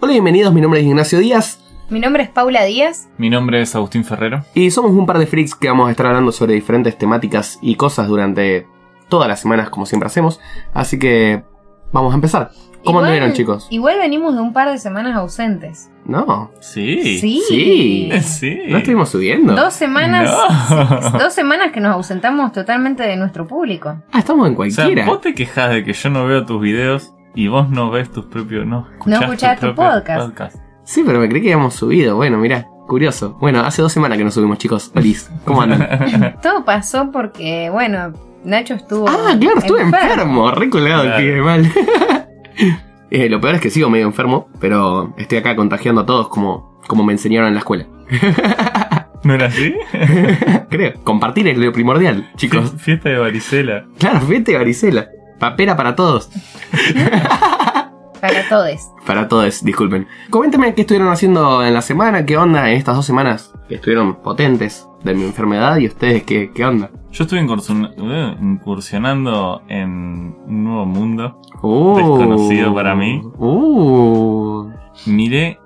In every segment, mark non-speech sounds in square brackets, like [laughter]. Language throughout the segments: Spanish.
Hola, bienvenidos, mi nombre es Ignacio Díaz Mi nombre es Paula Díaz. Mi nombre es Agustín Ferrero. y somos un par de freaks que vamos a estar hablando sobre diferentes temáticas y cosas durante todas las semanas, como siempre hacemos. Así que vamos a empezar. ¿Cómo Igual- anduvieron, chicos? Igual venimos de un par de semanas ausentes. No, Sí. Sí. [laughs] Sí. no estuvimos subiendo. Dos semanas. [laughs] No. Dos semanas que nos ausentamos totalmente de nuestro público. Ah, estamos en [laughs] O sea, cualquiera. vos te quejas de que yo no veo tus videos y vos no ves tus propios. No escuchás, escuchás tu propio podcast. sí, pero me creí que habíamos subido. Bueno, mirá, curioso. Bueno, hace dos semanas que no subimos, chicos. Olis, ¿cómo andan? [laughs] Todo pasó porque, bueno, Nacho estuvo. ah, claro, estuve enfermo, re colgado el Claro. pibe, mal. [laughs] Eh, lo peor es que sigo medio enfermo, pero estoy acá contagiando a todos como, como me enseñaron en la escuela. ¿No era así? Creo. Compartir es lo primordial, [laughs] chicos. [laughs] Fiesta de varicela. Claro, vete, varicela. Papera para todos. Para todos. Para todos, disculpen. Coméntame qué estuvieron haciendo en la semana, qué onda en estas dos semanas que estuvieron potentes de mi enfermedad y ustedes qué, qué onda. Yo estuve incursion- eh, incursionando en un nuevo mundo. Uh, Desconocido para mí. Uh. Miré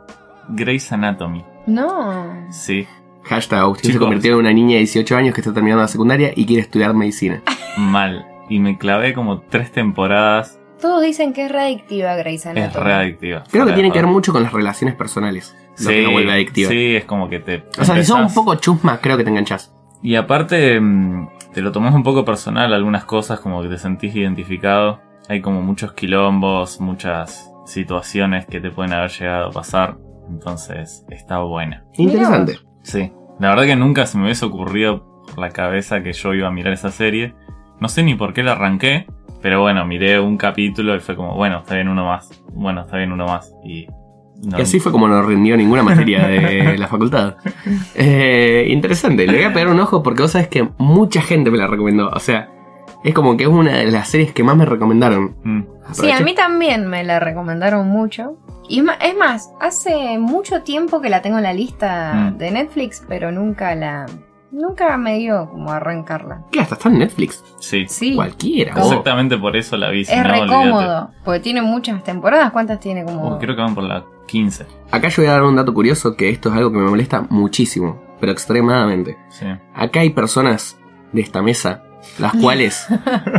Grey's Anatomy. No. Sí. Hashtag Agustín se Chicos. convirtió en una niña de 18 años que está terminando la secundaria y quiere estudiar medicina. Ah. Mal. Y me clavé como tres temporadas. Todos dicen que es readictiva Grey's Anatomy. Es re adictiva. Creo que tiene que ver Re- mucho con las relaciones personales. Lo que lo vuelve adictivo. Sí, es como que te. O sea, si sos un empezás- poco chusma, creo que te enganchas. Y aparte, mm, te lo tomás un poco personal algunas cosas, como que te sentís identificado. Hay como muchos quilombos, muchas situaciones que te pueden haber llegado a pasar. Entonces, está buena. Interesante. Sí. La verdad que nunca se me hubiese ocurrido por la cabeza que yo iba a mirar esa serie. No sé ni por qué la arranqué, pero bueno, miré un capítulo y fue como, bueno, está bien uno más. Bueno, está bien uno más. Y, no- Y así fue como no rindió ninguna materia de la facultad. Eh, interesante, le voy a pegar un ojo porque vos sabés que mucha gente me la recomendó. O sea, es como que es una de las series que más me recomendaron. Mm. Sí, a mí también me la recomendaron mucho. Y es ma- es más, hace mucho tiempo que la tengo en la lista Mm. de Netflix, pero nunca la. Nunca me dio como arrancarla. Que hasta está en Netflix. Sí. Sí, Cualquiera. vos. Exactamente por eso la vi. si es no, re olvídate. cómodo, porque tiene muchas temporadas. ¿Cuántas tiene como? Uy, creo que van por la 15. Acá yo voy a dar un dato curioso que esto es algo que me molesta muchísimo, pero extremadamente. Sí. Acá hay personas de esta mesa las cuales [laughs]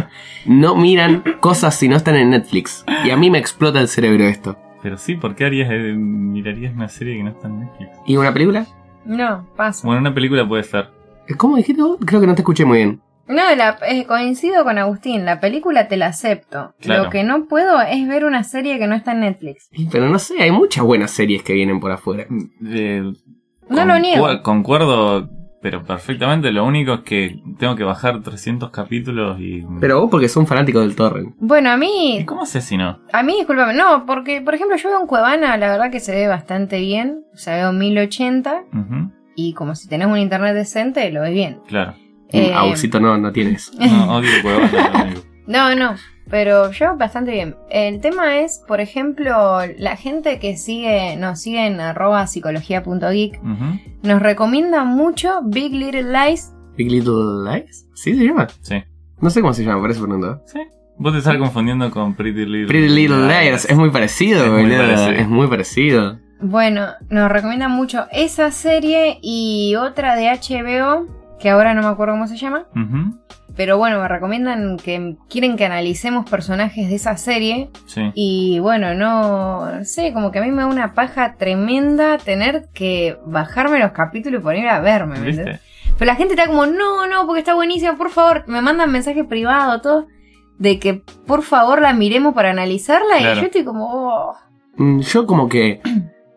no miran cosas si no están en Netflix. Y a mí me explota el cerebro esto. Pero sí, ¿por qué harías, eh, mirarías una serie que no está en Netflix? ¿Y una película? Eh, No, pasa. Bueno, una película puede estar. ¿Cómo dijiste? vos? Creo que no te escuché muy bien. No, la- eh, coincido con Agustín, la película te la acepto. Claro. Lo que no puedo es ver una serie que no está en Netflix. Y, Pero no sé, hay muchas buenas series que vienen por afuera. Eh, No lo concua- niego. Concuerdo, pero perfectamente. Lo único es que tengo que bajar 300 capítulos y... Pero vos porque sos un fanático del torrent. Bueno, a ¿Y mí, cómo sé si no? a mí, discúlpame, no, porque por ejemplo yo veo en Cuevana, la verdad que se ve bastante bien, o sea, veo 1080 Ujú, y como si tenés un internet decente, lo ves bien. [laughs] Claro. Mm, Eh, Agusito no, no tienes. No, odio Cuevana, lo único. No, no, pero yo bastante bien. El tema es, por ejemplo, la gente que sigue, nos sigue en arroba psicología.geek, Ujú, nos recomienda mucho Big Little Lies. Big Little Lies. ¿Sí se llama? Sí. No sé cómo se llama, por eso pregunto. Sí. Vos te estás confundiendo con Pretty Little Pretty Little Liars. Es muy parecido, Es muy boludo. parecido. Es muy parecido. Bueno, nos recomienda mucho esa serie y otra de HBO, que ahora no me acuerdo cómo se llama. Ujú, Pero bueno, me recomiendan que quieren que analicemos personajes de esa serie. Sí. Y bueno, no sé, como que a mí me da una paja tremenda tener que bajarme los capítulos y poner a verme, ¿me entendés? ¿Viste? Pero la gente está como, no, no, porque está buenísima, por favor. Me mandan mensaje privado, todo, de que por favor la miremos para analizarla. Claro. Y yo estoy como, oh, Mm, Yo como que... [clears throat]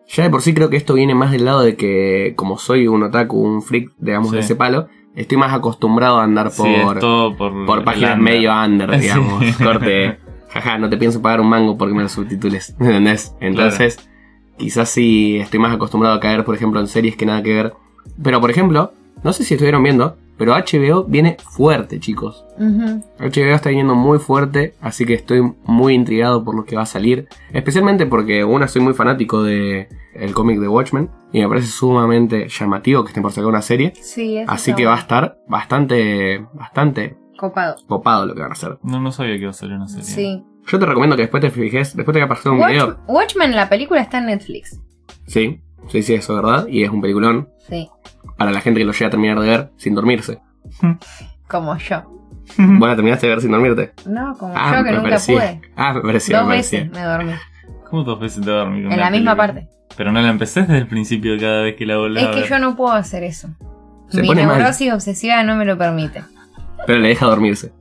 Ya de por sí creo que esto viene más del lado de que como soy un otaku, un freak, digamos, Sí. de ese palo, estoy más acostumbrado a andar Sí, es por, todo por... por el páginas under. medio under, Sí. digamos. [laughs] Corte. Jaja, no te pienso pagar un mango porque me lo subtitules. [laughs] ¿Me entendés? Entonces, quizás sí estoy más acostumbrado a caer, por ejemplo, en series que nada que ver. Pero, por ejemplo, no sé si estuvieron viendo, pero HBO viene fuerte, chicos. ujú, HBO está viniendo muy fuerte, así que estoy muy intrigado por lo que va a salir. Especialmente porque, una, soy muy fanático de el cómic de Watchmen y me parece sumamente llamativo que estén por sacar una serie. sí, eso Así está que va a estar bastante, bastante copado. copado lo que van a hacer. No, no sabía que iba a salir una serie. Sí. Yo te recomiendo que después te fijes, después te haya pasado un Watch- video. Watchmen, la película está en Netflix. Sí, sí, sí, eso, ¿verdad? Y es un peliculón Sí, para la gente que lo llega a terminar de ver sin dormirse. como yo. Vos la terminaste de ver sin dormirte. No, como Ah, yo que me nunca parecía. pude. Ah, me pareció, Dos me parecía. veces me dormí. [laughs] ¿Cómo dos veces te dormí? con En una la misma película? parte. Pero no la empecé desde el principio cada vez que la volví Es a que ver. yo no puedo hacer eso. Se Mi pone mal. neurosis obsesiva no me lo [laughs] permite. Pero le deja dormirse.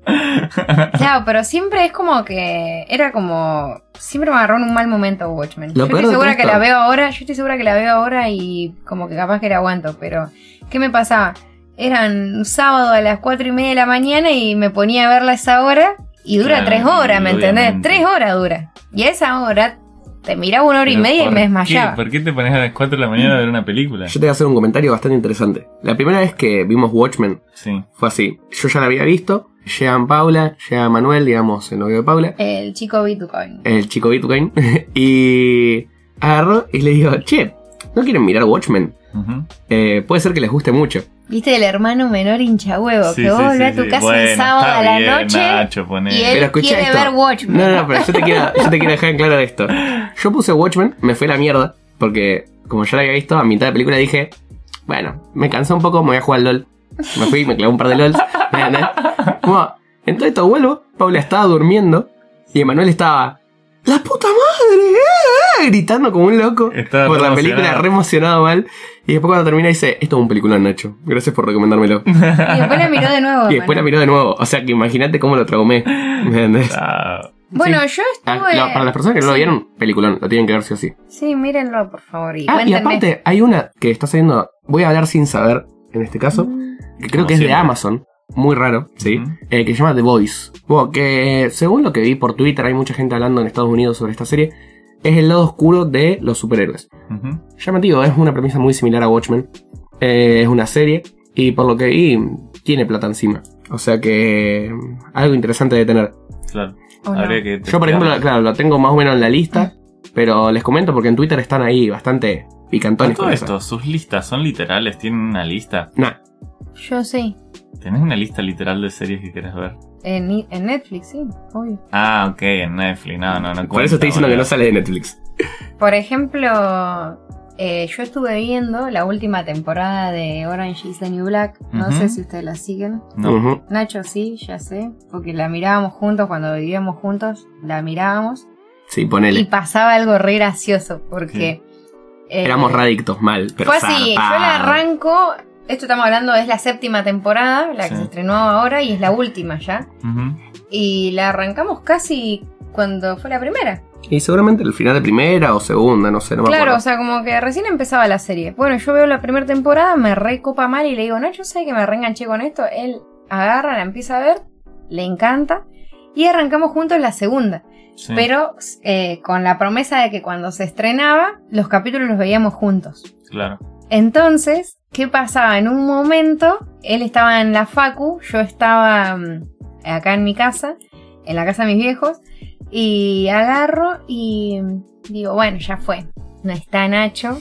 Claro, pero siempre es como que. Era como. Siempre me agarró en un mal momento Watchmen. Lo yo peor estoy de segura todo que esto- la veo ahora. Yo estoy segura que la veo ahora y como que capaz que la aguanto. Pero. ¿Qué me pasaba? Eran un sábado a las cuatro y media de la mañana y me ponía a verla a esa hora. Y dura Claro, tres horas, y ¿me entendés? obviamente. Tres horas dura. Y a esa hora te miraba una hora y Pero media y ¿por me qué? desmayaba. ¿Por qué te pones a las 4 de la mañana a ver una película? Yo te voy a hacer un comentario bastante interesante. La primera vez que vimos Watchmen Sí. fue así. Yo ya la había visto. Llegan Paula, llega Manuel, digamos, el novio de Paula. El chico Bitcoin. el chico Bitcoin, [laughs] y agarró y le digo, che, ¿no quieren mirar Watchmen? Ujú. Eh, puede ser que les guste mucho. ¿Viste el hermano menor hinchahuevo? Sí, que vos sí, volvés sí, a tu sí. casa Bueno, un sábado está a la bien, noche. Nacho, poné. y él- Pero escucha quiere esto. ver Watchmen. No, no, pero yo te, quiero, yo te quiero dejar en claro esto. Yo puse Watchmen, me fue la mierda, porque como ya la había visto, a mitad de película dije, bueno, me cansé un poco, me voy a jugar al LOL. Me fui, me clavé un par de LOLs. [laughs] na, na. Bueno, en todo esto vuelvo, Paula estaba durmiendo y Emanuel estaba, ¡la puta madre! eh, eh", Gritando como un loco. Estaba por re la película, emocionado. re emocionado mal. Y después cuando termina dice, esto es un peliculón, Nacho. Gracias por [laughs] recomendármelo. Y después la miró de [laughs] nuevo. Y después la hermano. miró de nuevo. O sea que imagínate cómo lo traumé. ¿Me entendés? Ah, Bueno, yo Ah, estuve. la- para las personas que no lo sí. vieron, peliculón, lo tienen que ver sí o sí. Sí, mírenlo, por favor. Y Ah, y cuéntenme. aparte, hay una que está saliendo, voy a hablar sin saber en este caso, Mm, que creo Como que es de siempre. Amazon, muy raro, ¿sí? Ujú. Eh, que se llama The Voice. Bueno, que según lo que vi por Twitter, hay mucha gente hablando en Estados Unidos sobre esta serie, es el lado oscuro de los superhéroes. ujú. Llamativo, es una premisa muy similar a Watchmen. Eh, es una serie y por lo que vi, tiene plata encima. O sea que mm, algo interesante de tener. Claro. ¿o no? Habría que Yo, por ejemplo, claro, lo tengo más o menos en la lista, pero les comento porque en Twitter están ahí bastante A picantones todo con eso. esto, sus listas son literales, tienen una lista. Nah, Yo sí. ¿Tenés una lista literal de series que querés ver? En, en Netflix, sí, obvio. Ah, ok, en Netflix, no, no, no. por eso estoy diciendo que no sale de Netflix. Por ejemplo, eh, yo estuve viendo la última temporada de Orange is the New Black. No Ujú. sé si ustedes la siguen. No. Ujú. Nacho sí, ya sé. Porque la mirábamos juntos cuando vivíamos juntos. La mirábamos. Sí, Y eh, ponele. pasaba algo re gracioso. Porque. eh, Éramos radictos mal, pero Fue así, yo la zarpado. arranco. Esto estamos hablando, es la séptima temporada, la que Sí. se estrenó ahora y es la última ya. Ujú. Y la arrancamos casi cuando fue la primera. Y seguramente el final de primera o segunda, no sé, no me claro, o acuerdo. sea, como que recién empezaba la serie. Bueno, yo veo la primera temporada, me recopa mal y le digo, Nacho, ¿sabes que me reenganché con esto? Él agarra, la empieza a ver, le encanta. Y arrancamos juntos la segunda. Sí. Pero eh, con la promesa de que cuando se estrenaba, los capítulos los veíamos juntos. Claro. Entonces, ¿qué pasaba? En un momento, él estaba en la facu, yo estaba mm, acá en mi casa, en la casa de mis viejos, y agarro y mm, digo, bueno, ya fue. No está Nacho,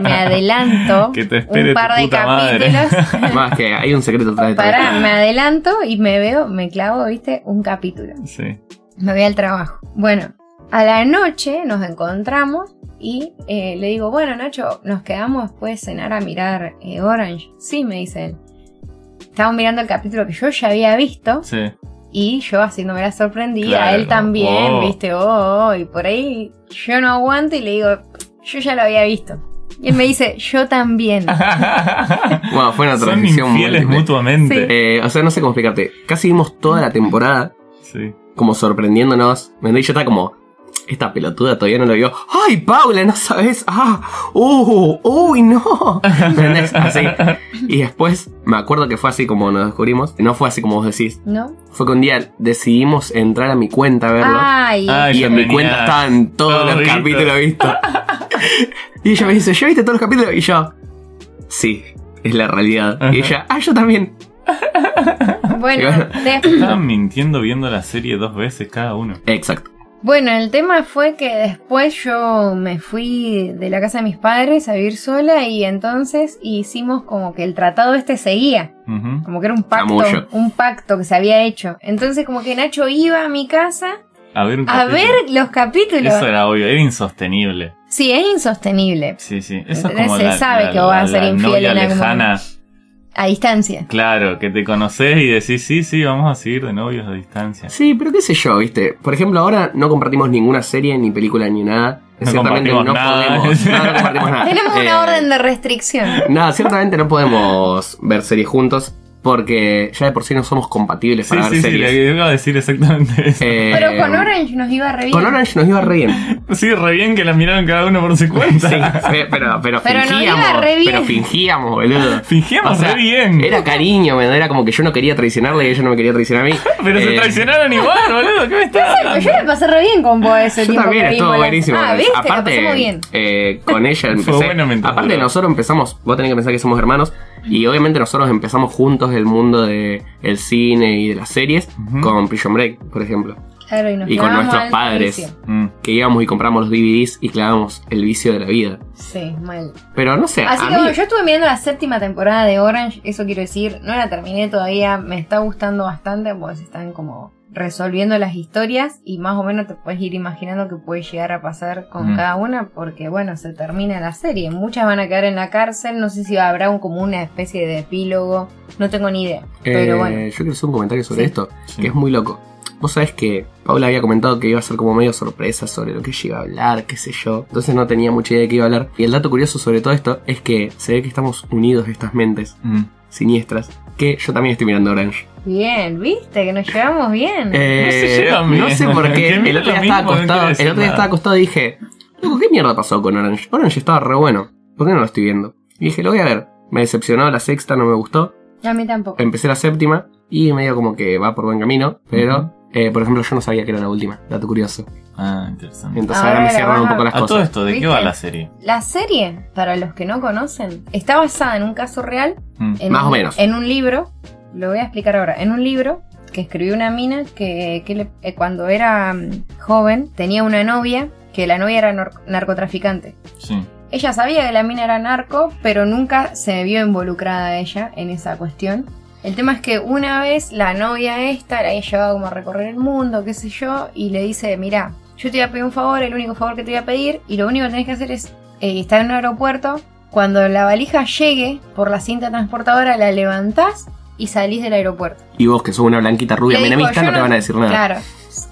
me adelanto [laughs] que te [laughs] espere un par tu de puta madre. capítulos. [laughs] Más que hay un secreto atrás de todo esto. Pará, me adelanto y me veo, me clavo, viste, un capítulo. Sí. Me voy al trabajo. Bueno, a la noche nos encontramos y eh, le digo, bueno, Nacho, nos quedamos después de cenar a mirar eh, Orange. Sí, me dice él. Estábamos mirando el capítulo que yo ya había visto Sí. y yo haciéndome la sorprendida, Claro. él también, Oh. viste, oh, oh, y por ahí yo no aguanto y le digo, yo ya lo había visto. Y él me dice, yo también. [laughs] Ah. Bueno, fue una Son transición infieles múltiple. mutuamente. Eh, o sea, no sé cómo explicarte. Casi vimos toda la temporada Sí. como sorprendiéndonos. Me entendí, yo estaba como, esta pelotuda todavía no lo vio. ¡Ay, Paula, no sabes! ¡Ah! ¡Uh! ¡Uy, no! [laughs] ¿Me entendés? Así. Y después, me acuerdo que fue así como nos descubrimos. No fue así como vos decís. ¿No? Fue que un día decidimos entrar a mi cuenta a verlo. Ay, Ay, y ya en mi tenía cuenta estaban todos todo los visto. capítulos [laughs] vistos. y ella me dice, ¿ya viste todos los capítulos? Y yo, sí, es la realidad. Y ella, ah, yo también. [laughs] bueno, después... Estaban mintiendo viendo la serie dos veces cada uno. Exacto. Bueno, el tema fue que después yo me fui de la casa de mis padres a vivir sola y entonces hicimos como que el tratado este seguía, Ujú. como que era un pacto, Chamullo. un pacto que se había hecho. Entonces como que Nacho iba a mi casa a ver un A capítulo. ver los capítulos. Eso era obvio, era insostenible. Sí, es insostenible. Sí, sí. Eso es como Se la, sabe la- que vos vas la- a ser la infiel novia en algún lejana. A distancia. Claro, que te conoces y decís, sí, sí, vamos a seguir de novios a distancia. Sí, pero qué sé yo, viste. Por ejemplo, ahora no compartimos ninguna serie, ni película, ni nada. No ciertamente compartimos no nada. podemos. No, no compartimos nada. [laughs] Tenemos Eh, una orden de restricción. No, ciertamente no podemos ver series juntos. Porque ya de por sí no somos compatibles Sí, para ver sí, sí, series. le iba a decir exactamente eso. Eh, Pero con Orange nos iba re bien. con Orange nos iba re bien. Sí, re bien que la miraron cada uno por su Sí, cuenta. fe- pero, pero, Pero nos iba fingíamos. re bien. Pero fingíamos, boludo. Fingíamos O sea, re bien. Era cariño, ¿me entendés? era como que yo no quería traicionarle y ella no me quería traicionar a mí. [laughs] Pero se Eh, traicionaron igual, boludo. ¿Qué me estás Pero Yo hablando? la pasé re bien con vos ese Yo tiempo también, que estuvo vimos la- buenísimo. Ah, viste, la pasamos aparte, bien. eh, con [laughs] ella empecé. bueno mientras aparte, duró. nosotros empezamos, vos tenés que pensar que somos hermanos, y obviamente nosotros empezamos juntos el mundo del cine y de las series, Ujú. con Prison Break, por ejemplo. Claro, y nos y con clavamos nuestros al padres. vicio. Mm. Que íbamos y compramos los DVDs y clavábamos el vicio de la vida. Sí, mal. Pero no sé, Así a que mí- eh, bueno, yo estuve mirando la séptima temporada de Orange, eso quiero decir, no la terminé todavía, me está gustando bastante, pues están como resolviendo las historias y más o menos te puedes ir imaginando que puede llegar a pasar con Mm. cada una, porque bueno, se termina la serie, muchas van a quedar en la cárcel, no sé si habrá un, como una especie de epílogo, no tengo ni idea, pero eh, bueno. yo quiero hacer un comentario sobre Sí. esto, Sí. que es muy loco. Vos sabés que Paula había comentado que iba a ser como medio sorpresa sobre lo que ella iba a hablar, qué sé yo. Entonces no tenía mucha idea de qué iba a hablar. Y el dato curioso sobre todo esto es que se ve que estamos unidos estas mentes Mm. siniestras. Que yo también estoy mirando Orange. Bien, viste que nos llevamos bien. Eh, se llevan bien. no sé por [laughs] Que qué. El miren otro día estaba lo mismo, no acostado. El quiere decir otro día nada. estaba acostado y dije, loco, ¿qué mierda pasó con Orange? Orange estaba re bueno. ¿Por qué no lo estoy viendo? Y dije, lo voy a ver. Me decepcionó la sexta, no me gustó. A mí tampoco. Empecé la séptima y medio como que va por buen camino, pero Ujú. eh, por ejemplo yo no sabía que era la última, dato curioso. Ah, interesante. Entonces Ahora ahora, me la cierran vas un a- poco las A todo cosas. esto, ¿de qué ¿Viste? va la serie? La serie, para los que no conocen, está basada en un caso real Mm. en Más un- o menos. En un libro, lo voy a explicar ahora, en un libro que escribió una mina que, que le- eh, cuando era mm, joven tenía una novia, que la novia era nor- narcotraficante. Sí. Ella sabía que la mina era narco, pero nunca se vio involucrada ella en esa cuestión. El tema es que una vez la novia esta la había llevado como a recorrer el mundo, qué sé yo, y le dice, mira, yo te voy a pedir un favor, el único favor que te voy a pedir, y lo único que tenés que hacer es eh, estar en un aeropuerto. Cuando la valija llegue por la cinta transportadora, la levantás y salís del aeropuerto. Y vos que sos una blanquita rubia Le dijo, menemista "Yo no te no- van a decir nada. Claro,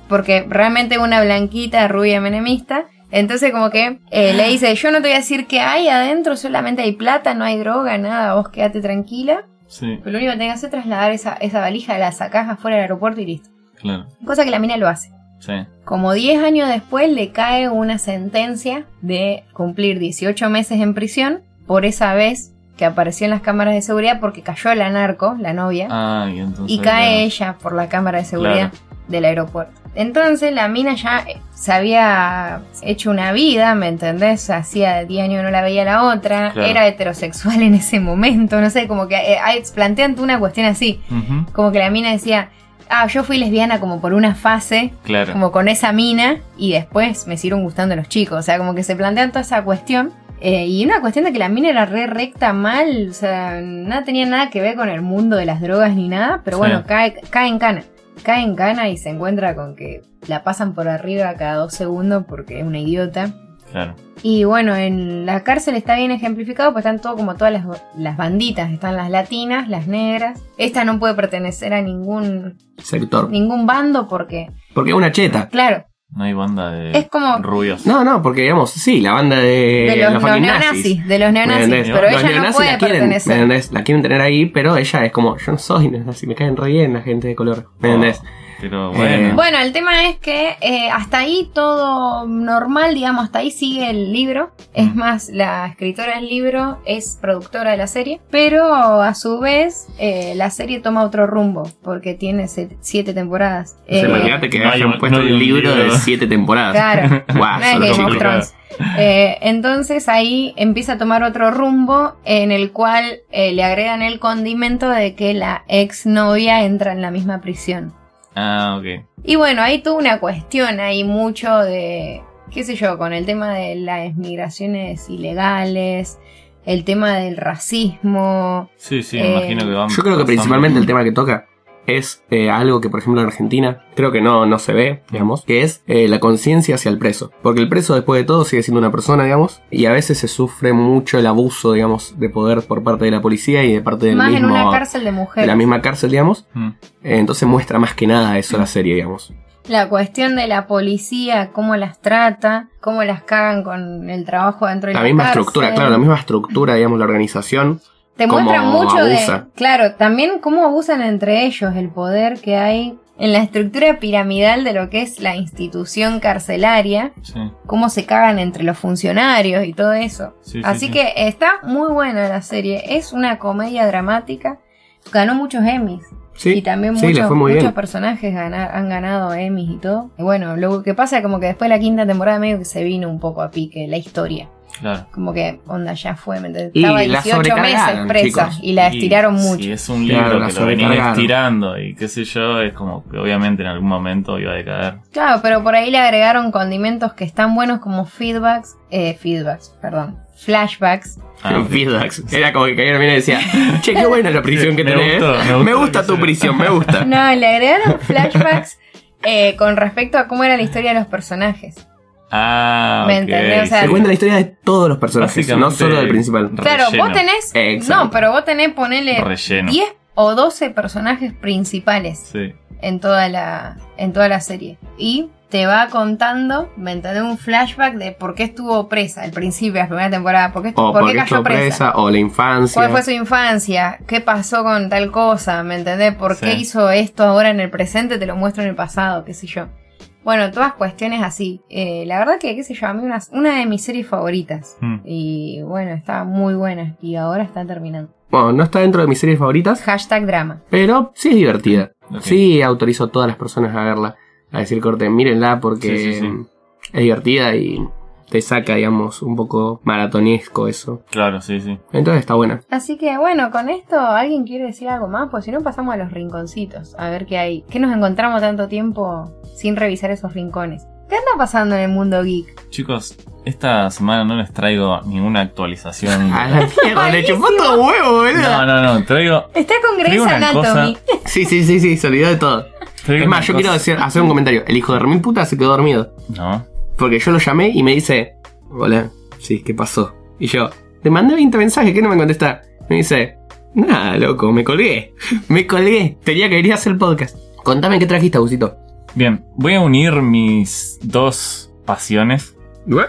porque realmente una blanquita rubia menemista. Entonces como que eh, le dice, yo no te voy a decir qué hay adentro, solamente hay plata, no hay droga, nada, vos quédate tranquila. Sí, Lo único que tenés que hacer es trasladar esa, esa valija, la sacás afuera del aeropuerto y listo. claro. Cosa que la mina lo hace. Sí. Como 10 años después le cae una sentencia de cumplir 18 meses en prisión por esa vez que apareció en las cámaras de seguridad porque cayó la narco, la novia. Ah, y entonces. Y cae claro. ella por la cámara de seguridad del aeropuerto. Entonces la mina ya eh, se había hecho una vida, ¿me entendés? Hacía 10 años no la veía la otra, Claro. era heterosexual en ese momento, no sé, como que eh, ahí plantean tú una cuestión así, Ujú, como que la mina decía, ah, yo fui lesbiana como por una fase, Claro. como con esa mina, y después me siguieron gustando los chicos, o sea, como que se plantean toda esa cuestión. eh, y una cuestión de que la mina era re recta mal, o sea, no tenía nada que ver con el mundo de las drogas ni nada, pero Sí. bueno, cae, cae en cana. Cae en cana y se encuentra con que la pasan por arriba cada dos segundos porque es una idiota. Claro. Y bueno, en la cárcel está bien ejemplificado, pues están todo como todas las, las banditas, están las latinas, las negras. Esta no puede pertenecer a ningún, Sector. ningún bando porque, Porque es una cheta. claro, No hay banda de es como rubios. No, no, porque digamos, sí, la banda de, de Eh, los, fucking nazis. neonazis, de los ¿me neonazis, entendés? pero los ella no neonazis puede la quieren, ¿me pertenecer. entendés? La quieren tener ahí, pero ella es como, yo no soy nazi, me caen re bien la gente de color. ¿Me entendés? Oh, Pero Eh, bueno. Bueno, el tema es que eh, hasta ahí todo normal, digamos, hasta ahí sigue el libro. Es Mm. más, la escritora del libro es productora de la serie, pero a su vez eh, la serie toma otro rumbo, porque tiene se- siete temporadas. O sea, Eh, Imagínate que no hay hayan un- puesto no hay un un libro de libro. siete temporadas. Claro. Ah. [laughs] Guau, No es solo Game of complicado. Thrones. Eh, entonces ahí empieza a tomar otro rumbo en el cual eh, le agregan el condimento de que la exnovia entra en la misma prisión. Ah, ok. Y bueno, hay toda una cuestión, hay mucho de, qué sé yo, con el tema de las migraciones ilegales, el tema del racismo. Sí, sí, Eh, me imagino que van. Yo creo que pasando. principalmente el tema que toca es eh, algo que, por ejemplo, en Argentina creo que no, no se ve, digamos, que es eh, la conciencia hacia el preso. Porque el preso, después de todo, sigue siendo una persona, digamos, y a veces se sufre mucho el abuso, digamos, de poder por parte de la policía y de parte del Más en mismo, una cárcel de de mujeres. la misma cárcel, digamos. Mm. Eh, Entonces muestra más que nada eso la serie, digamos. La cuestión de la policía, cómo las trata, cómo las cagan con el trabajo dentro de la La misma cárcel. estructura, claro, la misma estructura, digamos, la organización. Te cómo muestran mucho abusa. de. Claro, también cómo abusan entre ellos el poder que hay en la estructura piramidal de lo que es la institución carcelaria, Sí, cómo se cagan entre los funcionarios y todo eso. sí, sí, Así sí. que está muy buena la serie. Es una comedia dramática. Ganó muchos Emmys. Sí, y también sí, le muchos, fue muy muchos bien. personajes gana- han ganado Emmys y todo. Y bueno, lo que pasa es como que después de la quinta temporada medio que se vino un poco a pique la historia. Claro. Como que onda ya fue, ¿me entendés? Y Estaba la 18 meses sobrecargaron, presa chicos. y la estiraron Y mucho. Si es un libro Claro, la que lo venía sobrecargaron. estirando y qué sé yo, es como que obviamente en algún momento iba a decaer. Claro, pero por ahí le agregaron condimentos que están buenos como feedbacks, eh, feedbacks, perdón, [laughs] flashbacks. Ah, Feedbacks. Era como que cayeron bien y [laughs] decía, che, qué buena la prisión que Me tenés. ¿eh? gustó, me gustó me lo gusta que tu se- prisión, me gusta. [laughs] No, le agregaron flashbacks eh, con respecto a cómo era la historia de los personajes. ah Me ok, entendés, o sea, Se cuenta la historia de todos los personajes, Básicamente- no solo del principal. Claro, vos Relleno. tenés. Exacto. No, pero vos tenés, ponele Relleno. 10 o 12 personajes principales Sí. en toda la, en toda la serie. Y te va contando, me entendés, un flashback de por qué estuvo presa al principio de la primera temporada, por qué, estu- O por qué Oh, porque cayó estuvo presa. presa, o la infancia. ¿Cuál fue su infancia? ¿Qué pasó con tal cosa? ¿Me entendés? ¿Por qué Sí. hizo esto ahora en el presente? Te lo muestro en el pasado, qué sé yo. Bueno, todas cuestiones así. Eh, la verdad que, qué sé yo, a mí una, una de mis series favoritas. Mm. Y bueno, está muy buena. Y ahora está terminando. Bueno, no está dentro de mis series favoritas, Hashtag drama. pero sí es divertida. Ok. Sí autorizo a todas las personas a verla, a decir corte, mírenla porque Sí, sí, sí. mm, es divertida y te saca, digamos, un poco maratonesco eso. Claro, sí, sí. Entonces está buena. Así que bueno, con esto, ¿alguien quiere decir algo más? Pues si no, pasamos a los rinconcitos. A ver qué hay. ¿Qué nos encontramos tanto tiempo sin revisar esos rincones? ¿Qué anda pasando en el mundo geek? Chicos, esta semana no les traigo ninguna [laughs] actualización. A la mierda, le chupó Malísimo. todo huevo, boludo. no, no, no, traigo. Está con Grey's Digo una Anatomy. Sí, sí, sí, sí, se olvidó de todo. traigo Es más, yo una quiero cosa- decir, hacer un comentario. El hijo de Remil puta se quedó dormido. No, Porque yo lo llamé y me dice, hola, sí, ¿qué pasó? Y yo, te mandé 20 mensajes, ¿qué no me contesta? Me dice, nada, loco, me colgué. [laughs] me colgué. Tenía que venir a hacer podcast. Contame qué trajiste, Agusito. Bien, voy a unir mis dos pasiones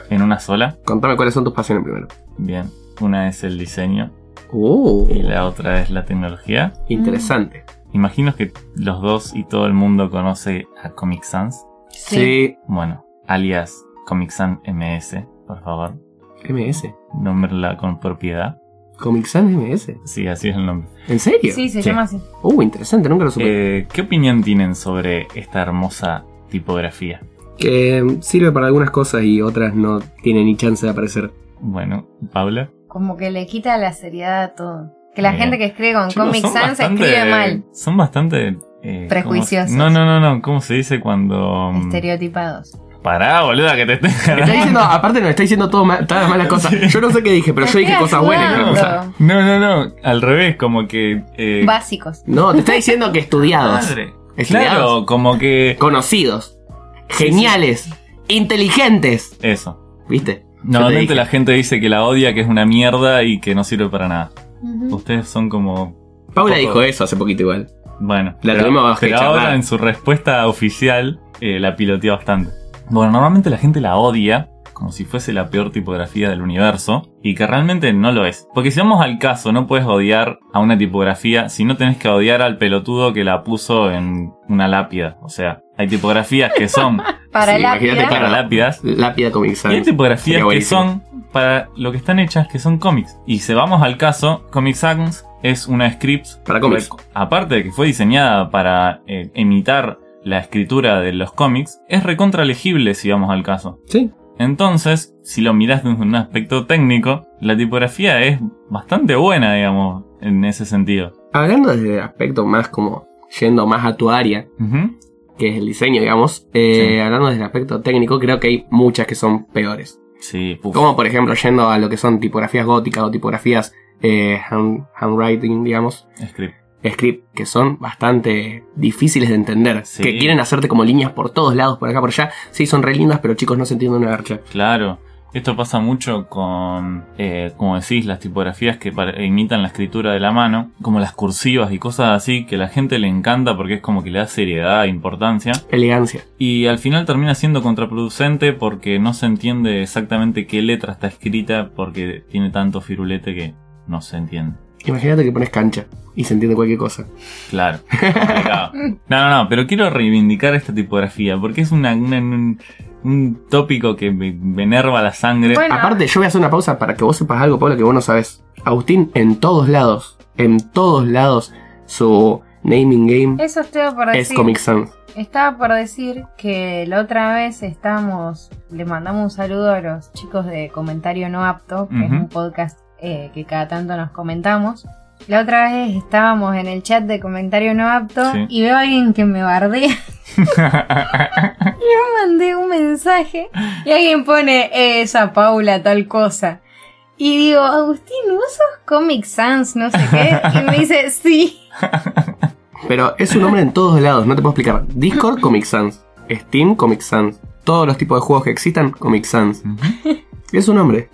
en una sola. Contame cuáles son tus pasiones primero. Bien, una es el diseño Uh, y la otra es la tecnología. interesante. Imagino que los dos y todo el mundo conoce a Comic Sans. Sí. Bueno, alias Comic Sans MS, por favor, MS. nómbrela con propiedad. Comic Sans MS. Sí, así es el nombre. ¿En serio? Sí, se Sí. llama así. Uh, interesante, nunca lo supe. Eh, ¿Qué opinión tienen sobre esta hermosa tipografía? Que mm, sirve para algunas cosas y otras no tiene ni chance de aparecer. Bueno, Paula. Como que le quita la seriedad a todo. Que la Bien. gente que escribe con Chicos, Comic son Sans bastante- escribe mal. Son bastante. eh, ¿cómo- Prejuiciosos. No, no, no, no. ¿Cómo se dice cuando.? mm, Estereotipados. Pará, boluda, que te [laughs] estoy Está diciendo, aparte nos está diciendo todo mal- todas las malas cosas. Yo no sé qué dije, pero yo dije Estoy cosas buenas. creo que ayudando. cosas- [laughs] No, no, no. Al revés, como que. eh, Básicos. No, te está diciendo que estudiados, madre. Estudiados. Claro, como que. conocidos, geniales, inteligentes. Eso. ¿Viste? Normalmente dije. la gente dice que la odia, que es una mierda y que no sirve para nada. Ujú. Ustedes son como. Paula Poco. dijo eso hace poquito igual. Bueno. La tuvimos que pero charlar. ahora en su respuesta oficial eh, la pilotea bastante. Bueno, normalmente la gente la odia como si fuese la peor tipografía del universo y que realmente no lo es. Porque si vamos al caso, no puedes odiar a una tipografía si no tenés que odiar al pelotudo que la puso en una lápida. O sea, hay tipografías [laughs] que son Para Sí, la imagínate vida, que- para lápidas Lápida Comic y este- hay Sans. Sería tipografías que buenísimo. son para lo que están hechas, que son cómics. Y si vamos al caso, Comic Sans es una script Para cómics. Recu- Aparte de que fue diseñada para eh, imitar la escritura de los cómics, es recontra legible si vamos al caso. Sí. Entonces, si lo mirás desde un aspecto técnico, la tipografía es bastante buena, digamos, en ese sentido. Hablando desde el aspecto más como yendo más a tu área, Ujú. que es el diseño, digamos, eh, Sí. hablando desde el aspecto técnico, creo que hay muchas que son peores. Sí, puf. Como por ejemplo yendo a lo que son tipografías góticas o tipografías eh, hand- handwriting, digamos, Script. script que son bastante difíciles de entender. Sí. Que quieren hacerte como líneas por todos lados, por acá, por allá. Sí, son re lindas, pero chicos, no se entiende una garcha. Claro. Esto pasa mucho con, eh, como decís, las tipografías que pare- imitan la escritura de la mano, como las cursivas y cosas así, que a la gente le encanta porque es como que le da seriedad e importancia. Elegancia. Y al final termina siendo contraproducente porque no se entiende exactamente qué letra está escrita porque tiene tanto firulete que no se entiende. Imagínate que pones cancha y se entiende cualquier cosa. Claro. complicado. No, no, no, pero quiero reivindicar esta tipografía porque es una, una- un, un tópico que me, me enerva la sangre. Bueno. Aparte, yo voy a hacer una pausa para que vos sepas algo, Pablo, que vos no sabés. Agustín, en todos lados, en todos lados, su naming game Eso estaba por es decir. Comic Sans. Estaba por decir que la otra vez estábamos, le mandamos un saludo a los chicos de Comentario No Apto, que es Ujú. un podcast eh, que cada tanto nos comentamos. La otra vez estábamos en el chat de Comentario No Apto Sí. y veo a alguien que me bardea. [laughs] Yo mandé un mensaje y alguien pone esa Paula tal cosa. Y digo, Agustín, ¿vos sos Comic Sans? No sé qué. Y me dice, sí. Pero es un nombre en todos lados, no te puedo explicar. Discord, Comic Sans. Steam, Comic Sans. Todos los tipos de juegos que existan, Comic Sans. Es un nombre.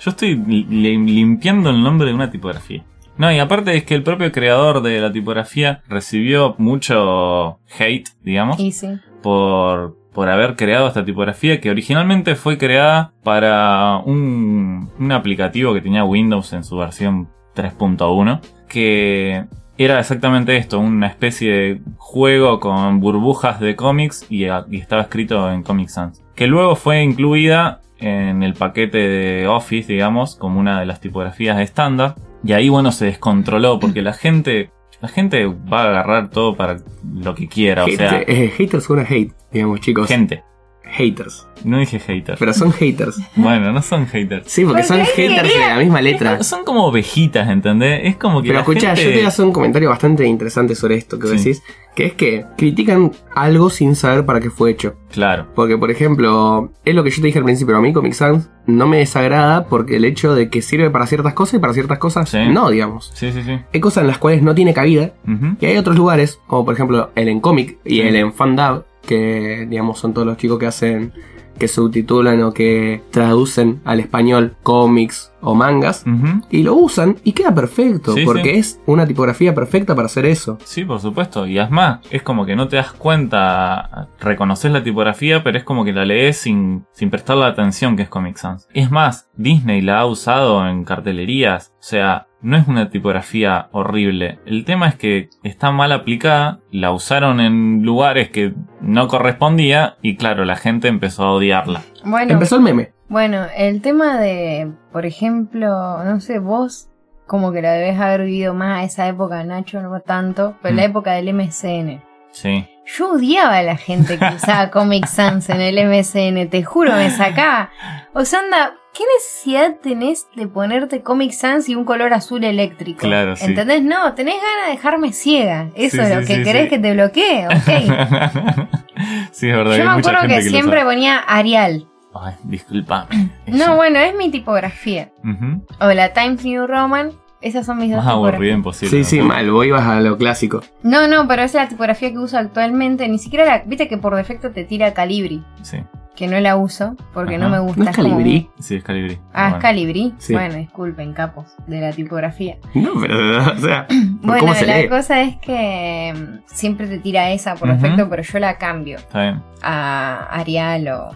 Yo estoy li- limpiando el nombre de una tipografía. No, y aparte es que el propio creador de la tipografía recibió mucho hate, digamos, Y sí. por, por haber creado esta tipografía que originalmente fue creada para un, un aplicativo que tenía Windows en su versión 3.1, que era exactamente esto, una especie de juego con burbujas de cómics y, a- y estaba escrito en Comic Sans, que luego fue incluida en el paquete de Office, digamos, como una de las tipografías estándar. Y ahí, bueno, se descontroló porque la gente, la gente va a agarrar todo para lo que quiera. O Hate- sea, eh, haters suena hate, digamos, chicos. Gente. Haters. No dije haters. Pero son haters. Bueno, no son haters. Sí, porque ¿Por son qué haters de la misma letra. Son como ovejitas, ¿entendés? Es como que. Pero la escuchá, gente- yo te voy a hacer un comentario bastante interesante sobre esto que vos Sí. decís, que es que critican algo sin saber para qué fue hecho. Claro. Porque, por ejemplo, es lo que yo te dije al principio, pero a mí Comic Sans no me desagrada porque el hecho de que sirve para ciertas cosas y para ciertas cosas Sí. no, digamos. Sí, sí, sí. Hay cosas en las cuales no tiene cabida Ujú. y hay otros lugares, como por ejemplo el en Comic y Sí. el en Fandab, que digamos son todos los chicos que hacen, que subtitulan o que traducen al español cómics o mangas. Ujú. Y lo usan y queda perfecto, Sí, porque sí. es una tipografía perfecta para hacer eso. Sí, por supuesto. Y es más, es como que no te das cuenta, reconoces la tipografía, pero es como que la lees sin, sin prestarle atención que es Comic Sans. Es más, Disney la ha usado en cartelerías. O sea, no es una tipografía horrible. El tema es que está mal aplicada, la usaron en lugares que no correspondía y claro, la gente empezó a odiarla. Bueno, Empezó el meme. Bueno, el tema de, por ejemplo, no sé, vos como que la debes haber vivido más a esa época, Nacho, no tanto, pero la Mm. época del MSN. Sí. Yo odiaba a la gente que [laughs] usaba Comic Sans en el MSN, te juro, me sacaba. O sea, anda, ¿qué necesidad tenés de ponerte Comic Sans y un color azul eléctrico? Claro, sí. ¿Entendés? No, tenés ganas de dejarme ciega. Eso Sí, es lo sí, que sí, querés sí. que te bloquee, ok. [laughs] sí, es verdad. que Yo hay me mucha acuerdo gente que que lo siempre usa. ponía Arial. Ay, disculpa. [clears throat] No, bueno, es mi tipografía. Ujú. o la Times New Roman. Esas son mis dos Más aburrido tipografías. Sí, imposible. sí, ¿no? mal, vos ibas a lo clásico. No, no, pero es la tipografía que uso actualmente. Ni siquiera la. Viste que por defecto te tira Calibri. Sí, Que no la uso porque no Ajá. me gusta. ¿No es como- Calibri? sí, es Calibri. Ah, es Bueno. Calibri. Sí. Bueno, disculpen, capos de la tipografía. No, pero, o sea, [clears throat] Bueno, ¿cómo se la lee? cosa es que mm, siempre te tira esa por Ujú. defecto, pero yo la cambio Está bien. a Arial o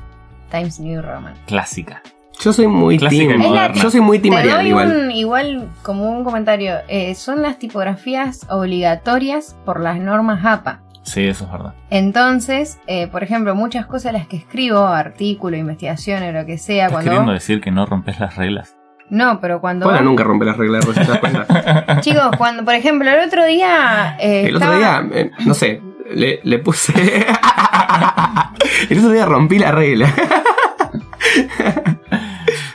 Times New Roman. Clásica. Yo soy muy Clásica y team. moderna. Yo soy muy team Te Arial doy igual. un- igual como un comentario. eh, son las tipografías obligatorias por las normas APA. Sí, eso es verdad. Entonces, eh, por ejemplo, muchas cosas las que escribo, artículos, investigaciones, lo que sea, ¿Estás cuando... queriendo vos- decir que no rompes las reglas? [laughs] No, pero cuando... Bueno, vos- nunca rompe las reglas, Rosy, ¿te das [laughs] cuenta? Chicos, cuando, por ejemplo, el otro día... [laughs] eh, El otro estaba- día, eh, no sé, le, le puse. [laughs] El otro día rompí la regla.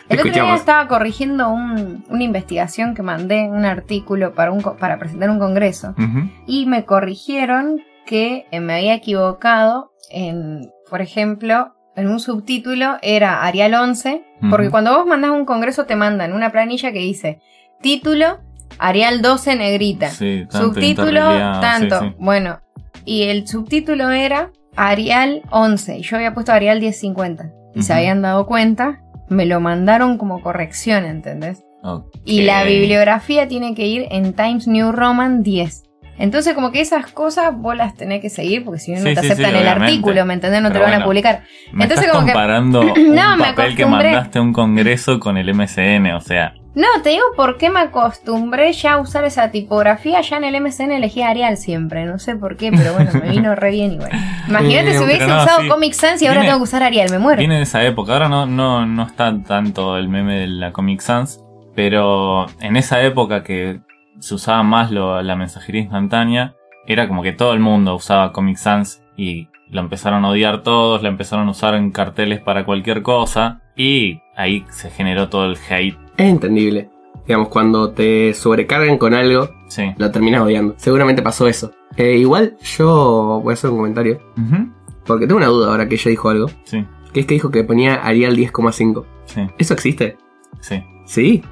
El otro día Escuchamos. estaba corrigiendo un- una investigación que mandé, un artículo para, un, co- para presentar un congreso, Ujú. y me corrigieron que eh, me había equivocado en, por ejemplo, en un subtítulo era Arial 11, porque Ujú. cuando vos mandás un congreso te mandan una planilla que dice título, Arial 12 negrita. Sí, tanto subtítulo, interreliado, tanto. sí, sí. Bueno, y el subtítulo era Arial 11. y Yo había puesto Arial 1050. Y se Ujú. habían dado cuenta, me lo mandaron como corrección, ¿entendés? Ok. Y la bibliografía tiene que ir en Times New Roman 10. Entonces, como que esas cosas vos las tenés que seguir, porque si no, no Sí, te sí, sí, aceptan el obviamente. artículo, ¿me entendés? No te Pero lo van a bueno. publicar. Me Entonces estás como que- comparando un [laughs] No, me papel que acostumbré. mandaste a un congreso con el MCN, o sea, No, te digo por qué me acostumbré ya a usar esa tipografía. Ya en el MSN elegí Arial siempre. No sé por qué, pero bueno, me vino re bien [laughs] igual. Imagínate Eh, si pero hubiese no, usado sí. Comic Sans y ahora Viene- tengo que usar Arial. Me muero. viene de esa época. Ahora no, no, no está tanto el meme de la Comic Sans, pero en esa época que se usaba más lo- la mensajería instantánea, era como que todo el mundo usaba Comic Sans y la empezaron a odiar todos, la empezaron a usar en carteles para cualquier cosa y ahí se generó todo el hate. Es entendible. Digamos, cuando te sobrecargan con algo, Sí. lo terminas odiando. Seguramente pasó eso. Eh, igual yo voy a hacer un comentario, Ujú. porque tengo una duda ahora que ella dijo algo, Sí, que es que dijo que ponía Arial 10,5. sí, ¿Eso existe? sí. Sí.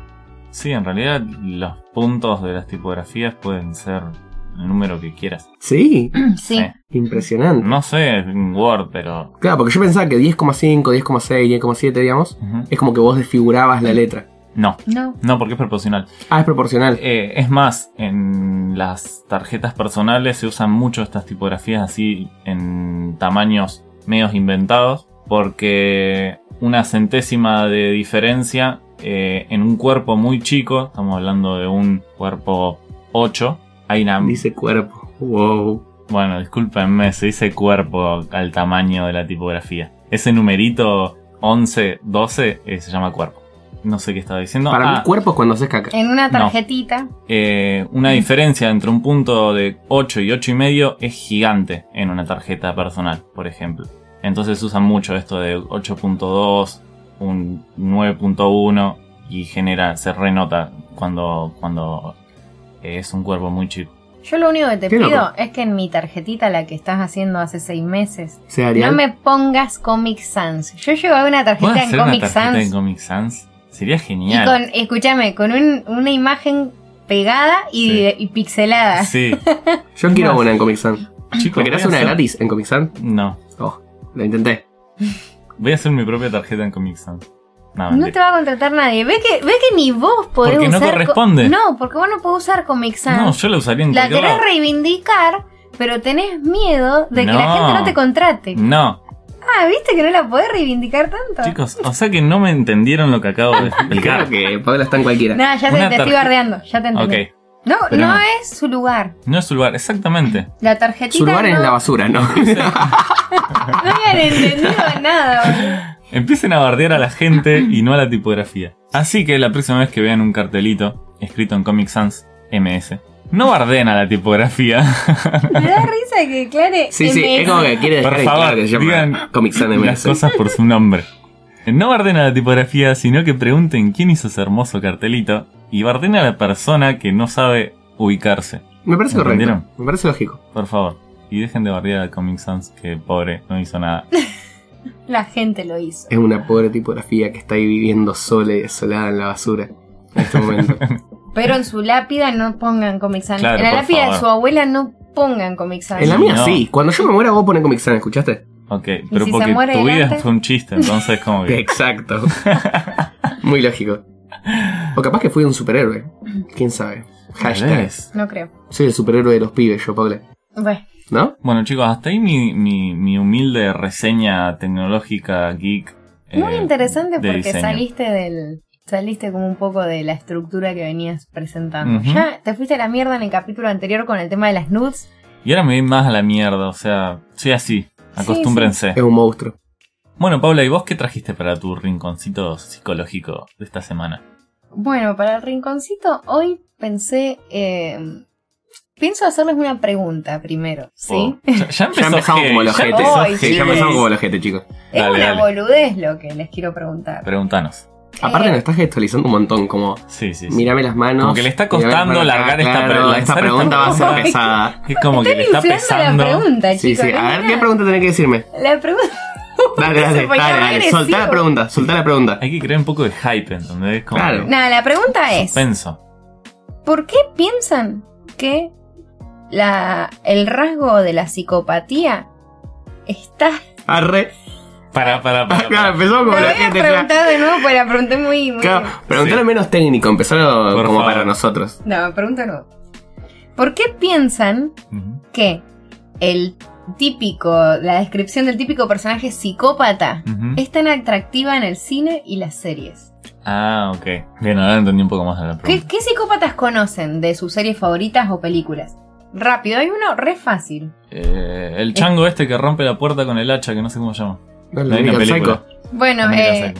Sí, en realidad los puntos de las tipografías pueden ser el número que quieras. [clears throat] Sí. Mm, Sí. Eh, Impresionante. No sé, en Word, pero... Claro, porque yo pensaba que 10,5, 10,6, 10,7, digamos, ujú. es como que vos desfigurabas la letra. No, No. no, porque es proporcional. Ah, es proporcional. Eh, es más, en las tarjetas personales se usan mucho estas tipografías así en tamaños medios inventados, porque una centésima de diferencia eh, en un cuerpo muy chico, estamos hablando de un cuerpo 8, hay una... Dice cuerpo. Wow. Bueno, discúlpenme, se dice cuerpo al tamaño de la tipografía. Ese numerito 11, 12 eh, se llama cuerpo. No sé qué estaba diciendo. Para Ah, mí, cuerpo es cuando haces caca. En una No. tarjetita. eh, una Mm. diferencia entre un punto de 8 y 8 y medio es gigante en una tarjeta personal, por ejemplo. Entonces usan mucho esto de 8.2, un 9.1 y genera, se renota cuando, cuando eh, es un cuerpo muy chico. Yo lo único que te Qué pido loco. es que en mi tarjetita, la que estás haciendo hace seis meses, O sea, Arial. no me pongas Comic Sans. Yo llevaba una ¿Puedo tarjeta en hacer una Comic tarjeta Sans. en Comic Sans? Sería Y genial. con, escúchame, con un- una imagen pegada y, Sí. y pixelada. [laughs] Sí, Yo quiero más? una en Comic Sans. chicos. ¿Me querés voy a una hacer- gratis en Comic Sans? No, Oh, la intenté. voy a hacer mi propia tarjeta en Comic Sans. No, No te mentira. va a contratar nadie. Ve que, ve que ni vos podés Porque no usar. co- corresponde. No, porque vos no podés usar Comic Sans. No, yo la usaría en la cualquier querés lado. reivindicar, pero tenés miedo de que la No. gente no te contrate. No, Ah, viste que no la podés reivindicar tanto. chicos, o sea que no me entendieron lo que acabo de Claro explicar. que Pablo está en cualquiera. No, ya se- Una te estoy tarje- bardeando, ya te entendí. ok, No, pero no, no. es su lugar. no es su lugar, exactamente. La tarjetita. Su lugar no, es en la basura, [laughs] ¿no? no [laughs] habían entendido nada. boludo. Empiecen a bardear a la gente y no a la tipografía. Así que la próxima vez que vean un cartelito escrito en Comic Sans MS, no barden a la tipografía. Me da risa que Clare. Sí, sí, MS. es como que quiere dejar Por en favor, claro que se llama digan Comic Sans las MS. cosas por su nombre. No barden a la tipografía, sino que pregunten quién hizo ese hermoso cartelito y barden a la persona que no sabe ubicarse, Me parece correcto. ¿Entendieron? Me parece lógico. por favor. Y dejen de bardear a Comic Sans, que pobre, no hizo nada. La gente lo hizo. Es una pobre tipografía que está ahí viviendo sola y desolada en la basura en este [laughs] momento. Pero en su lápida no pongan Comic Sans. Claro, en la por lápida de favor. su abuela no pongan Comic Sans. en la mía No. sí. Cuando yo me muera vos pones Comic Sans, ¿escuchaste? Ok, pero si se porque muere tu el vida arte? fue un chiste, entonces [laughs] como que... [laughs] Exacto. Muy lógico. O capaz que fui un superhéroe. ¿Quién sabe? Hashtag. ¿Ves? No creo. Soy el superhéroe de los pibes, yo, Paula. Bueno, ¿No? Bueno chicos, hasta ahí mi, mi, mi humilde reseña tecnológica geek. eh, muy interesante de porque diseño. saliste del. Saliste como un poco de la estructura que venías presentando. Ujú. Ya te fuiste a la mierda en el capítulo anterior con el tema de las nudes. Y ahora me voy más a la mierda, o sea, soy así, acostúmbrense. Es un monstruo. Bueno, Paula, ¿y vos qué trajiste para tu rinconcito psicológico de esta semana? Bueno, para el rinconcito, hoy pensé. eh, pienso hacerles una pregunta primero, ¿sí? Oh, ya, ya [laughs] empezó Ya empezamos heavy, como los ya jetes. empezó Ay, Sí, heavy. ya empezamos como los jetes, chicos. es dale, una dale. boludez lo que les quiero preguntar. Preguntanos. Aparte Eh, nos estás gestualizando un montón, como Sí, sí, sí. mírame las manos. Como que le está mírame las costando manos acá, largar esta claro, pregunta. [laughs] Esta pregunta va a ser Ay, pesada. Es como que le está Inflando pesando. la pregunta, chicos. Sí, sí. es A ver, una- ¿qué pregunta tenés que [laughs] decirme? La pregunta. Dale, dale, Se ponía dale, dale. agresivo. Soltá la pregunta, soltá la pregunta. Hay que crear un poco de hype, ¿entendés? Como Claro. que- Nada, la pregunta es: Suspenso. ¿Por qué piensan que la, el rasgo de la psicopatía está... [laughs] Arre. Para, para, para. Ah, [laughs] Claro, empezó como La la voy a gente. claro. preguntar de nuevo, porque la pregunté muy... muy Claro, preguntale menos técnico, empezalo Por como favor. para nosotros. No, pregunta de nuevo. ¿Por qué piensan Ujú. que el típico, la descripción del típico personaje psicópata Mm. Ujú. es tan atractiva en el cine y las series. Ah, ok. Bien, ahora entendí un poco más de la ¿Qué, Mm. pregunta. qué psicópatas conocen de sus series favoritas o películas? Rápido, hay uno re fácil. Eh, el chango este que rompe la puerta con el hacha, que no sé cómo se llama. No, Hay una American película. Psycho. Bueno, American eh,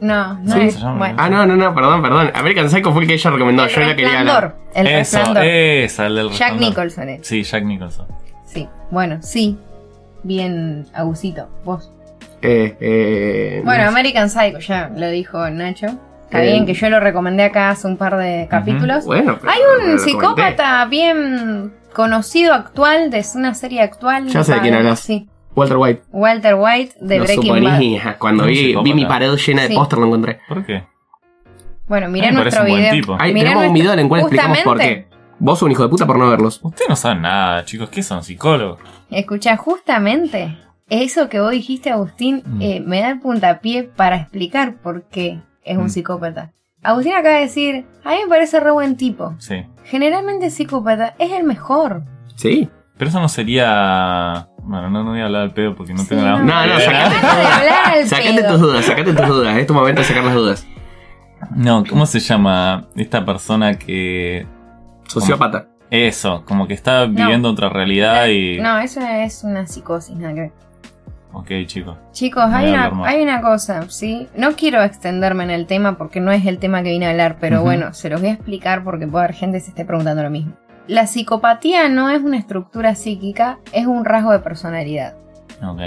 no, no Sí, es- se llama, bueno. Ah, no, no, no, perdón, perdón. American Psycho fue el que ella recomendó. el Yo la quería resplandor, hablar. el Eso, resplandor. esa, el del Jack resplandor. Nicholson es. Sí, Jack Nicholson. Sí, bueno, sí. Bien, Agusito, vos. Eh, eh, Bueno, no sé. American Psycho, ya lo dijo Nacho. Está Eh, bien que yo lo recomendé acá hace un par de capítulos. Bueno, pero Hay lo un comenté. psicópata bien conocido actual, de es una serie actual. Ya sé de quién padre, hablas. Sí, Walter White. Walter White de lo Breaking suponía. Bad. Cuando Un vi, vi psicópata. mi pared llena de Sí. póster, lo encontré. ¿Por qué? Bueno, mirá A mí me parece nuestro un buen video. tipo. Ahí Mirá tenemos un nuestro- video en el cual explicamos por qué. justamente. Vos sos un hijo de puta por no verlos. Ustedes no saben nada, chicos. ¿Qué son? ¿Psicólogos? Escuchá, justamente eso que vos dijiste, Agustín, Mm. eh, me da el puntapié para explicar por qué es un Mm. psicópata. Agustín acaba de decir, a mí me parece re buen tipo. Sí. Generalmente el psicópata es el [laughs] mejor. Sí. Pero eso no sería... Bueno, no, no voy a hablar al pedo porque no Sí, tengo nada. no. No, no, Acá sacate, de hablar al sacate pedo. tus dudas, sacate tus dudas. Es tu momento de sacar las dudas. No, ¿cómo se llama esta persona que... Sociópata. Eso, como que está viviendo otra realidad y... No, eso es una psicosis, nada que ver. Ok, chicos. Chicos, Voy a hay hablar una, más. hay una cosa, ¿sí? No quiero extenderme en el tema porque no es el tema que vine a hablar, pero Ujú. bueno, se los voy a explicar porque puede haber gente que se esté preguntando lo mismo. La psicopatía no es una estructura psíquica, es un rasgo de personalidad. Ok.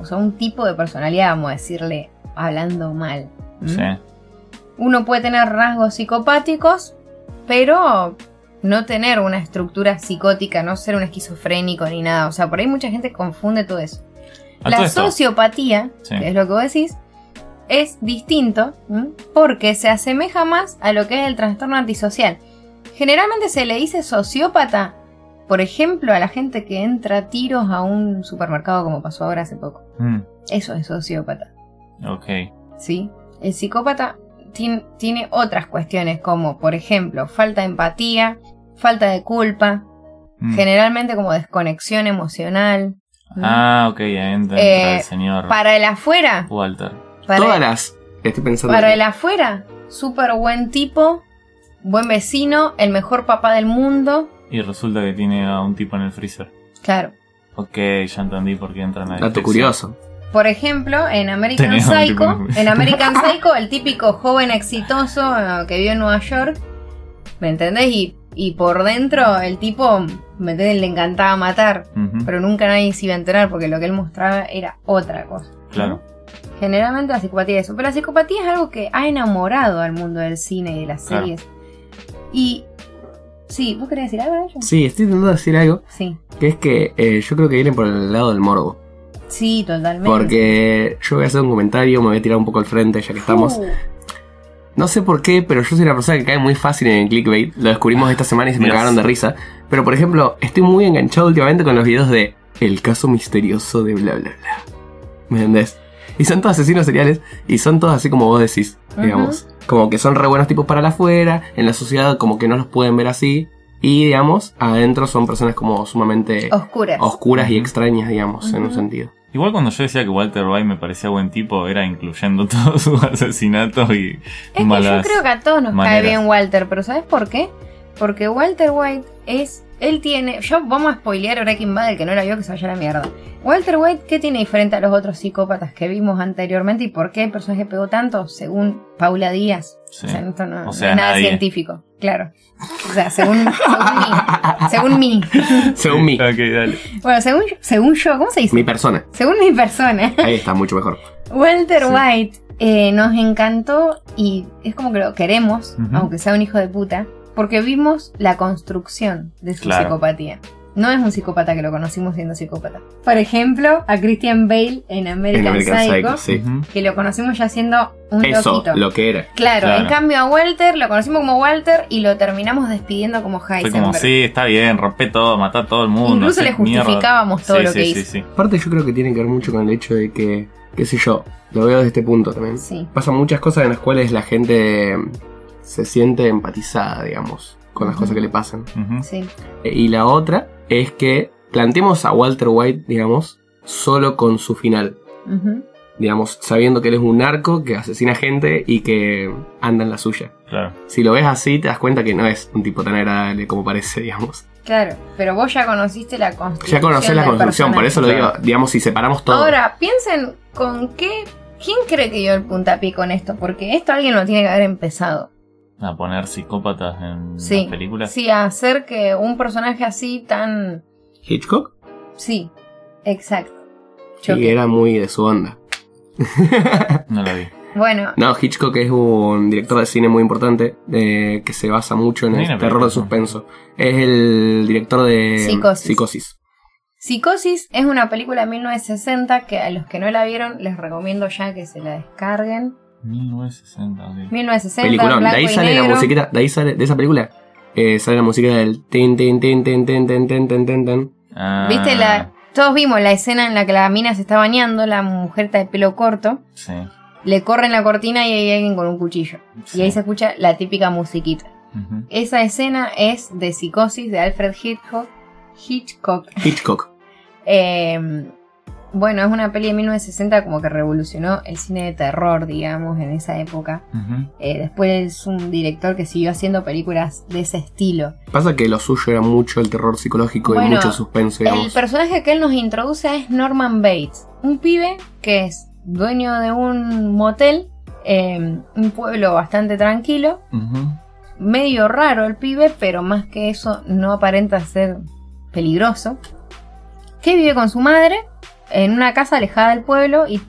O sea, un tipo de personalidad, vamos a decirle, hablando mal. ¿m? Sí. Uno puede tener rasgos psicopáticos, pero no tener una estructura psicótica, no ser un esquizofrénico ni nada. O sea, por ahí mucha gente confunde todo eso. A todo La esto, sociopatía, Sí. que es lo que vos decís, es distinto ¿m? porque se asemeja más a lo que es el trastorno antisocial. Generalmente se le dice sociópata, por ejemplo, a la gente que entra a tiros a un supermercado como pasó ahora hace poco. Mm, Eso es sociópata, ok. ¿sí? El psicópata tien- tiene otras cuestiones como, por ejemplo, falta de empatía, falta de culpa, Mm. generalmente como desconexión emocional. ¿m? Ah, ok, ahí entra, entra Eh, el señor Para el afuera, Walter. para Todas las. Estoy pensando. Para el afuera, súper buen tipo, buen vecino, el mejor papá del mundo. Y resulta que tiene a un tipo en el freezer. Claro. Ok, ya entendí por qué entran a Dato curioso. Por ejemplo, en American Tenés un tipo Psycho, muy- en [laughs] American Psycho, el típico joven exitoso eh, que vive en Nueva York, ¿me entendés? Y, y por dentro el tipo, ¿me entendés? Le encantaba matar, pero nunca nadie se iba a enterar porque lo que él mostraba era otra cosa. Claro. Generalmente la psicopatía es eso. Pero la psicopatía es algo que ha enamorado al mundo del cine y de las Claro. series. Y. Sí, ¿vos querés decir algo, Nacho? Sí, estoy intentando decir algo. Sí. Que es que eh, yo creo que vienen por el lado del morbo. Sí, totalmente. Porque yo voy a hacer un comentario, me voy a tirar un poco al frente ya que estamos. Uh, No sé por qué, pero yo soy una persona que cae muy fácil en el clickbait. Lo descubrimos esta semana y se me Dios. cagaron de risa. Pero por ejemplo, estoy muy enganchado últimamente con los videos de El caso misterioso de bla bla bla. ¿Me entendés? Y son todos asesinos seriales y son todos así como vos decís, digamos. Como que son re buenos tipos para la afuera, en la sociedad como que no los pueden ver así. Y digamos, adentro son personas como sumamente oscuras. oscuras y Ujú. extrañas, digamos, en un Ujú. sentido. Igual cuando yo decía que Walter White me parecía buen tipo, era incluyendo [laughs] todos sus asesinatos y es que malas. yo creo que a todos nos maneras. cae bien Walter, pero ¿sabes por qué? Porque Walter White es. Él tiene. Yo vamos a spoilear Breaking Bad, el que no la vio que se vaya a la mierda. Walter White, ¿qué tiene diferente a los otros psicópatas que vimos anteriormente y por qué el personaje pegó tanto? Según Paula Díaz, Sí. O sea, esto no, O no es sea, nada nadie. científico, claro. O sea, según, [laughs] según mí. [laughs] Según Según mí, Ok, dale. mí. Bueno, según, yo- según yo, ¿cómo se dice? mi persona. según mi persona. [laughs] Ahí está, mucho mejor. Walter Sí. White eh, nos encantó y es como que lo queremos, Ujú. aunque sea un hijo de puta, porque vimos la construcción de su Claro. psicopatía. No es un psicópata que lo conocimos siendo psicópata. Por ejemplo, a Christian Bale en American, en American Psycho, Psycho, sí. Ujú. que lo conocimos ya siendo un Eso, loquito. lo que era. Claro, Claro. en cambio a Walter lo conocimos como Walter y lo terminamos despidiendo como Fue Heisenberg. como, sí, está bien, rompe todo, matá a todo el mundo. Incluso hacé le justificábamos mierda. todo Sí, lo sí, que sí, hizo. sí. Aparte yo creo que tiene que ver mucho con el hecho de que, qué sé yo, lo veo desde este punto también. Sí. Pasan muchas cosas en las cuales la gente se siente empatizada, digamos, con las cosas que le pasan. Ujú. Sí. E- Y la otra es que planteemos a Walter White, digamos, solo con su final. Ujú. Digamos, sabiendo que él es un narco que asesina gente y que anda en la suya. Claro. Si lo ves así, te das cuenta que no es un tipo tan agradable como parece, digamos. Claro, pero vos ya conociste la construcción. Ya conocés la del construcción, por personaje. eso lo digo, digamos, si separamos todo. Ahora, piensen con qué. ¿Quién cree que dio el puntapié con esto? Porque esto alguien lo tiene que haber empezado. A poner psicópatas en Sí. las películas. Sí, hacer que un personaje así tan. Hitchcock, Sí, exacto. que Choque. era muy de su onda. No lo vi. eh. Bueno, No, Hitchcock es un director de cine muy importante eh, que se basa mucho en Hay el una terror película, de suspenso. Es el director de Psicosis. Psicosis. Psicosis es una película de 1960 que a los que no la vieron les recomiendo ya que se la descarguen. 1960, ok. 1960, Peliculón. De blanco ahí y sale la negro. musiquita, de ahí sale, de esa película, eh, sale la música del tin tin tin tin tin tin tin tin tin tin. Ah, ¿Viste la.? Todos vimos la escena en la que la mina se está bañando, la mujer está de pelo corto. Ah, Sí. le corren la cortina y hay alguien con un cuchillo. Y ahí se escucha la típica musiquita. Ujú. Esa escena es de Psicosis de Alfred Hitchcock. Hitchcock. Hitchcock. Eh, bueno, es una peli de 1960 como que revolucionó el cine de terror, digamos, en esa época. Ujú. Eh, después es un director que siguió haciendo películas de ese estilo. Pasa que lo suyo era mucho el terror psicológico y Bueno, mucho el suspenso, El digamos. personaje que él nos introduce es Norman Bates, un pibe que es dueño de un motel, eh, un pueblo bastante tranquilo, Ujú. medio raro el pibe, pero más que eso no aparenta ser peligroso. Que vive con su madre en una casa alejada del pueblo y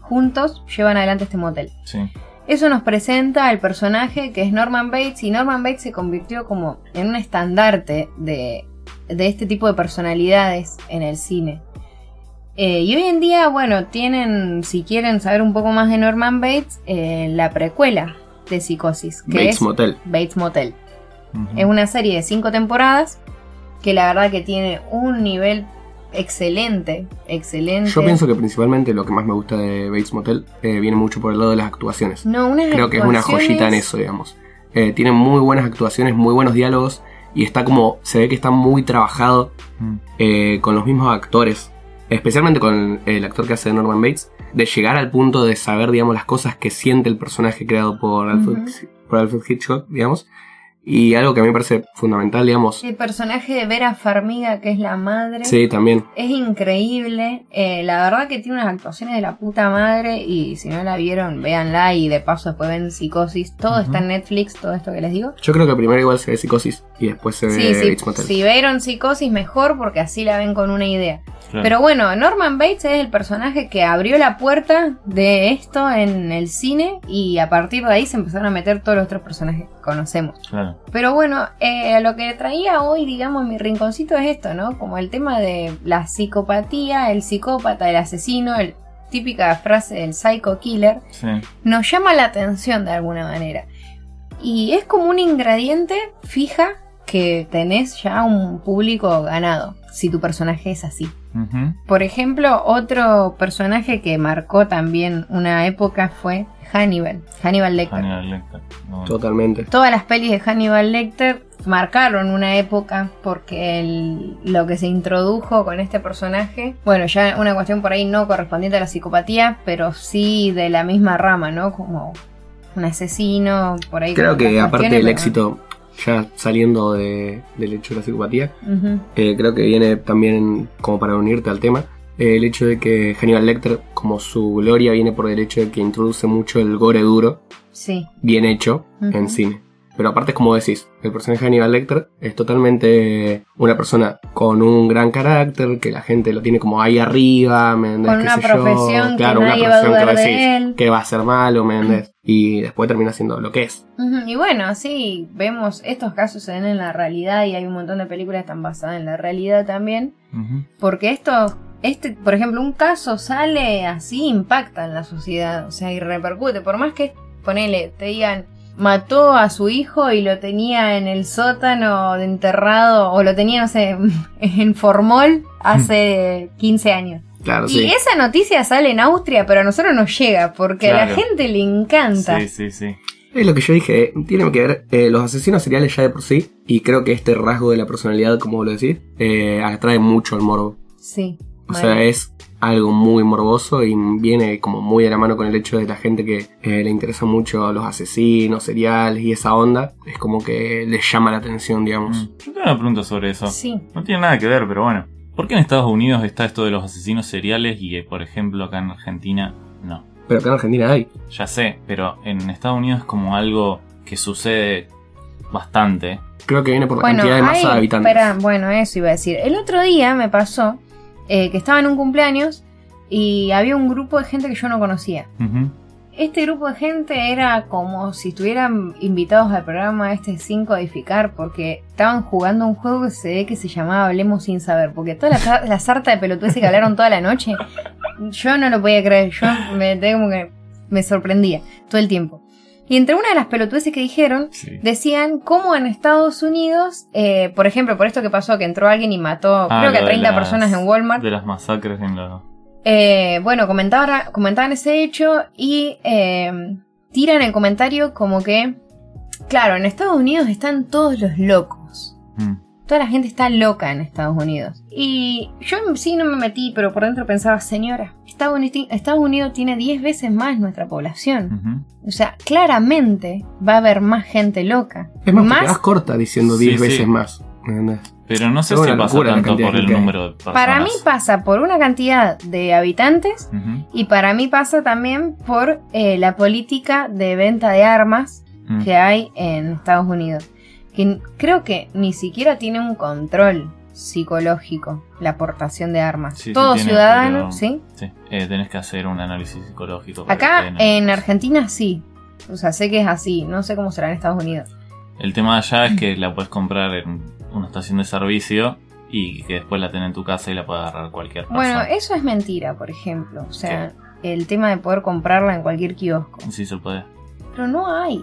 juntos llevan adelante este motel. Sí. Eso nos presenta al personaje que es Norman Bates y Norman Bates se convirtió como en un estandarte de, de este tipo de personalidades en el cine. Eh, y hoy en día, bueno, tienen, si quieren saber un poco más de Norman Bates, eh, la precuela de Psicosis, que Bates es Motel. Bates Motel. Ujú. Es una serie de cinco temporadas que la verdad que tiene un nivel excelente, excelente. Yo pienso que principalmente lo que más me gusta de Bates Motel eh, viene mucho por el lado de las actuaciones. no, unas creo que es una actuaciones- joyita en eso, digamos. Eh, tiene muy buenas actuaciones, muy buenos diálogos y está como, se ve que está muy trabajado Mm. eh, con los mismos actores, especialmente con el, actor que hace de Norman Bates, de llegar al punto de saber, digamos, las cosas que siente el personaje creado por Alfred, por Alfred Hitchcock, digamos. Y algo que a mí me parece fundamental, digamos. El personaje de Vera Farmiga, que es la madre, Sí, también. es increíble. Eh, la verdad que tiene unas actuaciones de la puta madre y si no la vieron, véanla y de paso después ven Psicosis. Todo Ujú. está en Netflix, todo esto que les digo. Yo creo que primero igual se ve Psicosis y después se ve Sí, sí, Bates Motel. si vieron Psicosis mejor porque así la ven con una idea. Claro. Pero bueno, Norman Bates es el personaje que abrió la puerta de esto en el cine y a partir de ahí se empezaron a meter todos los otros personajes que conocemos. Claro. Pero bueno, eh, lo que traía hoy, digamos, mi rinconcito es esto, ¿no? Como el tema de la psicopatía, el psicópata, el asesino, el típica frase del psycho killer, Sí. nos llama la atención de alguna manera. Y es como un ingrediente fija que tenés ya un público ganado, si tu personaje es así. Ujú. Por ejemplo, otro personaje que marcó también una época fue Hannibal, Hannibal Lecter. Hannibal Lecter. No, Totalmente. Todas las pelis de Hannibal Lecter marcaron una época porque el- lo que se introdujo con este personaje, bueno, ya una cuestión por ahí no correspondiente a la psicopatía, pero sí de la misma rama, ¿no? Como un asesino, por ahí. Creo con que otras aparte cuestiones, del pero éxito, ya saliendo de- del hecho de la psicopatía, bueno. Ujú. Eh, creo que viene también como para unirte al tema. eh, el hecho de que Hannibal Lecter, como su gloria, viene por el hecho de que introduce mucho el gore duro, Sí. bien hecho, Ujú. en cine. Pero aparte es como decís, el personaje de Aníbal Lecter es totalmente una persona con un gran carácter, que la gente lo tiene como ahí arriba, ¿me entendés? Con Qué una sé yo. profesión que claro, nadie una va a profesión que dudar vos de decís, él. que va a ser malo, ¿me entendés? Y después termina siendo lo que es. Ujú, Y bueno, sí, vemos estos casos se ven en la realidad y hay un montón de películas que están basadas en la realidad también. Ujú. Porque esto, este, por ejemplo, un caso sale así, impacta en la sociedad, o sea, y repercute. Por más que, ponele, te digan, mató a su hijo y lo tenía en el sótano de enterrado, o lo tenía, no sé, [laughs] en formol [laughs] hace 15 años. Claro, Y sí. esa noticia sale en Austria, pero a nosotros nos llega, porque a la Claro. gente le encanta. Sí, sí, sí. Es lo que yo dije, eh, tiene que ver eh, los asesinos seriales ya de por sí, y creo que este rasgo de la personalidad, como vos lo decís, eh, atrae mucho el morbo. Sí. O mal. sea, es algo muy morboso y viene como muy a la mano con el hecho de la gente que eh, le interesa mucho los asesinos, seriales y esa onda. Es como que le llama la atención, digamos. Mm. Yo tengo una pregunta sobre eso. Sí. No tiene nada que ver, pero bueno. ¿Por qué en Estados Unidos está esto de los asesinos seriales y, eh, por ejemplo, acá en Argentina no? Pero acá en Argentina hay. Ya sé, pero en Estados Unidos es como algo que sucede bastante. Creo que viene por la cantidad de masa de ay, habitantes. espera, bueno, eso iba a decir. El otro día me pasó eh, que estaba en un cumpleaños y había un grupo de gente que yo no conocía. Ujú. Este grupo de gente era como si estuvieran invitados al programa este sin codificar porque estaban jugando un juego que se ve que se llamaba Hablemos sin saber, porque toda la, sa- la sarta de pelotudeces que hablaron toda la noche, yo no lo podía creer, yo me, como que me sorprendía todo el tiempo. Y entre una de las pelotudeces que dijeron Sí. decían cómo en Estados Unidos, eh, por ejemplo, por esto que pasó, que entró alguien y mató, Ah, creo que lo a de 30 las- personas en Walmart. De las masacres en los... Eh, bueno, comentaba- comentaban ese hecho y eh, tiran el comentario como que, claro, en Estados Unidos están todos los locos. Mm. Toda la gente está loca en Estados Unidos. Y yo en sí no me metí, pero por dentro pensaba, señora, Estados Unidos, Estados Unidos tiene 10 veces más nuestra población. Ujú. O sea, claramente va a haber más gente loca. Es más, porque vas corta diciendo Sí, 10 sí. veces más. ¿entendés? Pero no sé Es si una pasa locura la tanto cantidad por de el gente que hay. número de personas. Para mí pasa por una cantidad de habitantes Ujú. y para mí pasa también por eh, la política de venta de armas Mm. que hay en Estados Unidos. Que n- creo que ni siquiera tiene un control psicológico la aportación de armas. Sí, sí Todo tiene, ciudadano, pero- ¿sí? Sí. Eh, tenés que hacer un análisis psicológico. para que Acá te den el- en Argentina sí. O sea, sé que es así. No sé cómo será en Estados Unidos. El tema de allá es Mm. que la puedes comprar en una estación de servicio y que después la tenés en tu casa y la puede agarrar cualquier persona. Bueno, eso es mentira, por ejemplo. O sea, el tema de poder comprarla en cualquier kiosco. Sí se puede. Pero no hay.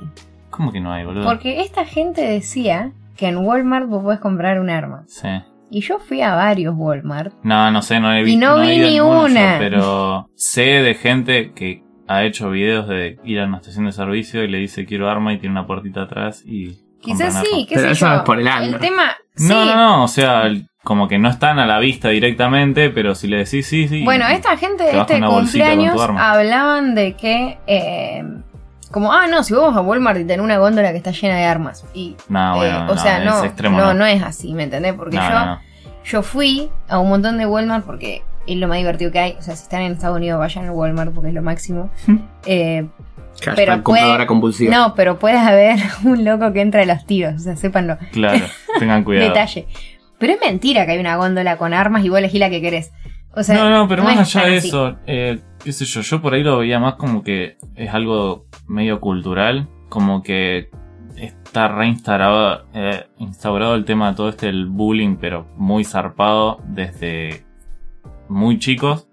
¿Cómo que no hay, boludo? Porque esta gente decía que en Walmart vos podés comprar un arma. Sí. Y yo fui a varios Walmart. No, no sé, no he Y visto. no he vi ido a ni ninguno yo, una. pero sé de gente que ha hecho videos de ir a una estación de servicio y le dice quiero arma y tiene una puertita atrás y. Quizás compran sí, arma. qué Pero sé eso yo. es por el under. tema, sí. No, no, no, o sea, el- como que no están a la vista directamente, pero si le decís sí, sí. Bueno, esta gente de Te baja este una bolsita con tu cumpleaños arma. hablaban de que... eh, como, ah, no, si vos vas a Walmart y tenés una góndola que está llena de armas. Y, No, eh, Ah, bueno, o sea, no, es extremo, no, no. no es así, ¿me entendés? Porque No, yo, no, no. yo fui a un montón de Walmart porque es lo más divertido que hay. O sea, si están en Estados Unidos, vayan al Walmart porque es lo máximo. eh, Hashtag Pero compradora puede- compulsiva. No, pero puedes haber [laughs] un loco que entra de los tiros, o sea, sépanlo. Claro, [laughs] tengan cuidado. Detalle. Pero es mentira que hay una góndola con armas y vos elegís la que querés. O sea, no, no, pero no más es allá tan de así. eso, eh, qué sé yo, yo por ahí lo veía más como que es algo medio cultural, como que está reinstalado eh, instaurado el tema de todo este el bullying, pero muy zarpado desde muy chicos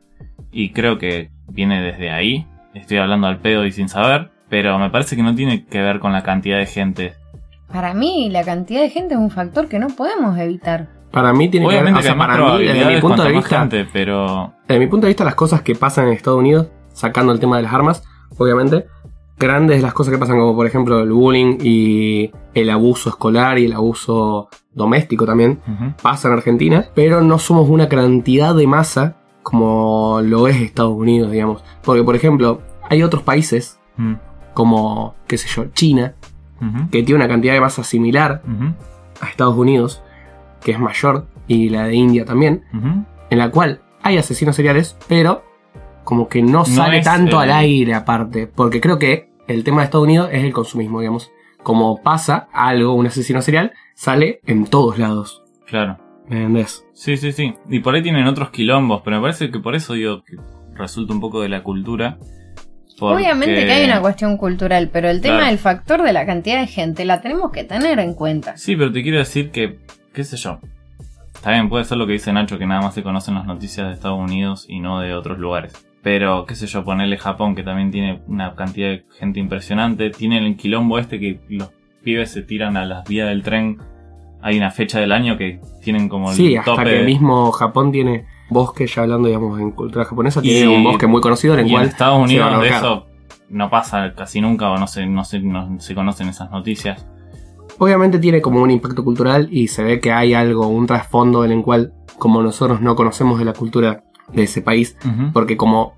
y creo que viene desde ahí. Estoy hablando al pedo y sin saber, pero me parece que no tiene que ver con la cantidad de gente. Para mí, la cantidad de gente es un factor que no podemos evitar. Para mí tiene que ver, Obviamente o sea, que hay más para mí, desde mi probabilidades punto cuanta de más vista, gente, pero Desde mi punto de vista, las cosas que pasan en Estados Unidos, sacando el tema de las armas, obviamente, grandes las cosas que pasan, como por ejemplo el bullying y el abuso escolar y el abuso doméstico también, ujú, pasa en Argentina, pero no somos una cantidad de masa como lo es Estados Unidos, digamos. Porque, por ejemplo, hay otros países, mm, como, qué sé yo, China, ujú, que tiene una cantidad de masa similar ujú, a Estados Unidos, que es mayor, y la de India también, ujú. en la cual hay asesinos seriales, pero como que no, No sale es eh, tanto el- al aire aparte, porque creo que el tema de Estados Unidos es el consumismo, digamos. como pasa algo, un asesino serial, sale en todos lados. Claro. ¿Me entendés? Sí, sí, sí. Y por ahí tienen otros quilombos, pero me parece que por eso digo que resulta un poco de la cultura. porque- Obviamente que hay una cuestión cultural, pero el tema Claro. del factor de la cantidad de gente la tenemos que tener en cuenta. Sí, pero te quiero decir que, qué sé yo. Está bien, puede ser lo que dice Nacho, que nada más se conocen las noticias de Estados Unidos y no de otros lugares. Pero, qué sé yo, ponerle Japón, que también tiene una cantidad de gente impresionante. Tienen el quilombo este que los pibes se tiran a las vías del tren. Hay una fecha del año que tienen como el Sí, hasta tope que de- mismo Japón tiene bosque, ya hablando, digamos, en cultura japonesa, Y- tiene un bosque muy conocido en el Y en cual. Estados se Unidos van a de ahorcar. eso no pasa casi nunca o no se, no se, no se conocen esas noticias. Obviamente tiene como un impacto cultural y se ve que hay algo, un trasfondo en el cual, como nosotros no conocemos de la cultura de ese país, porque como,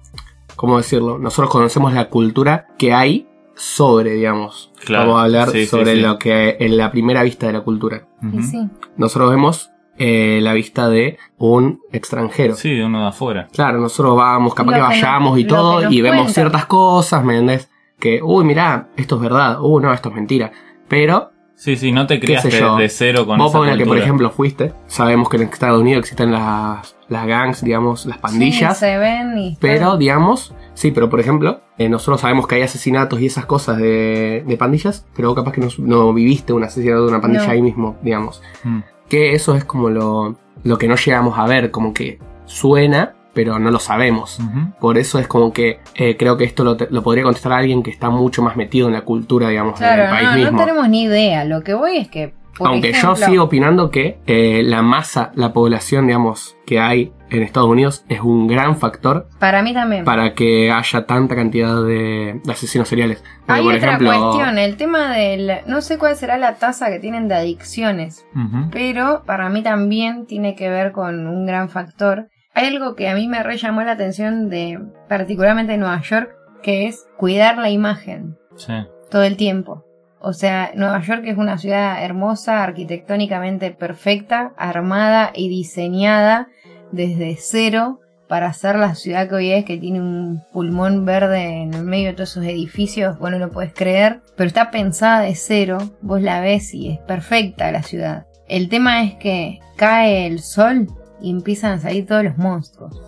¿cómo decirlo? Nosotros conocemos la cultura que hay sobre, digamos. Claro, Vamos a hablar sí, sí, sobre sí. lo que en la primera vista de la cultura. Ujú. Y sí. Nosotros vemos eh, la vista de un extranjero. Sí, de uno de afuera. Claro, nosotros vamos, capaz Lo que que nos- vayamos y lo que todo, nos y vemos cuentan. ciertas cosas, ¿me entendés? Que, uy, mirá, esto es verdad, uy, no, esto es mentira. Pero Sí, sí, no te creas sé yo. de cero con vos esa ponele que, por cultura. ejemplo, fuiste, sabemos que en Estados Unidos existen las, las gangs, digamos, las pandillas, Sí, se ven y. pero, digamos, sí, pero, por ejemplo, eh, nosotros sabemos que hay asesinatos y esas cosas de, de pandillas, pero vos capaz que no, no viviste un asesinato de una pandilla No. ahí mismo, digamos. Mm. Que eso es como lo, lo que no llegamos a ver, como que suena, pero no lo sabemos. Ujú. Por eso es como que eh, creo que esto lo, te- lo podría contestar alguien que está mucho más metido en la cultura, digamos, del Claro, país no, mismo. no tenemos ni idea. Lo que voy es que. por Aunque ejemplo, yo sigo opinando que eh, la masa, la población, digamos, que hay en Estados Unidos es un gran factor Para mí también. para que haya tanta cantidad de, de asesinos seriales. Porque, Hay por otra ejemplo, cuestión, el tema del. No sé cuál será la tasa que tienen de adicciones, Ujú. pero para mí también tiene que ver con un gran factor. Hay algo que a mí me re llamó la atención de, particularmente en Nueva York, que es cuidar la imagen Sí. todo el tiempo. O sea, Nueva York es una ciudad hermosa, arquitectónicamente perfecta, armada y diseñada desde cero para ser la ciudad que hoy es, que tiene un pulmón verde en el medio de todos esos edificios, bueno, no puedes creer, pero está pensada de cero, vos la ves y es perfecta la ciudad. El tema es que cae el sol y empiezan a salir todos los monstruos.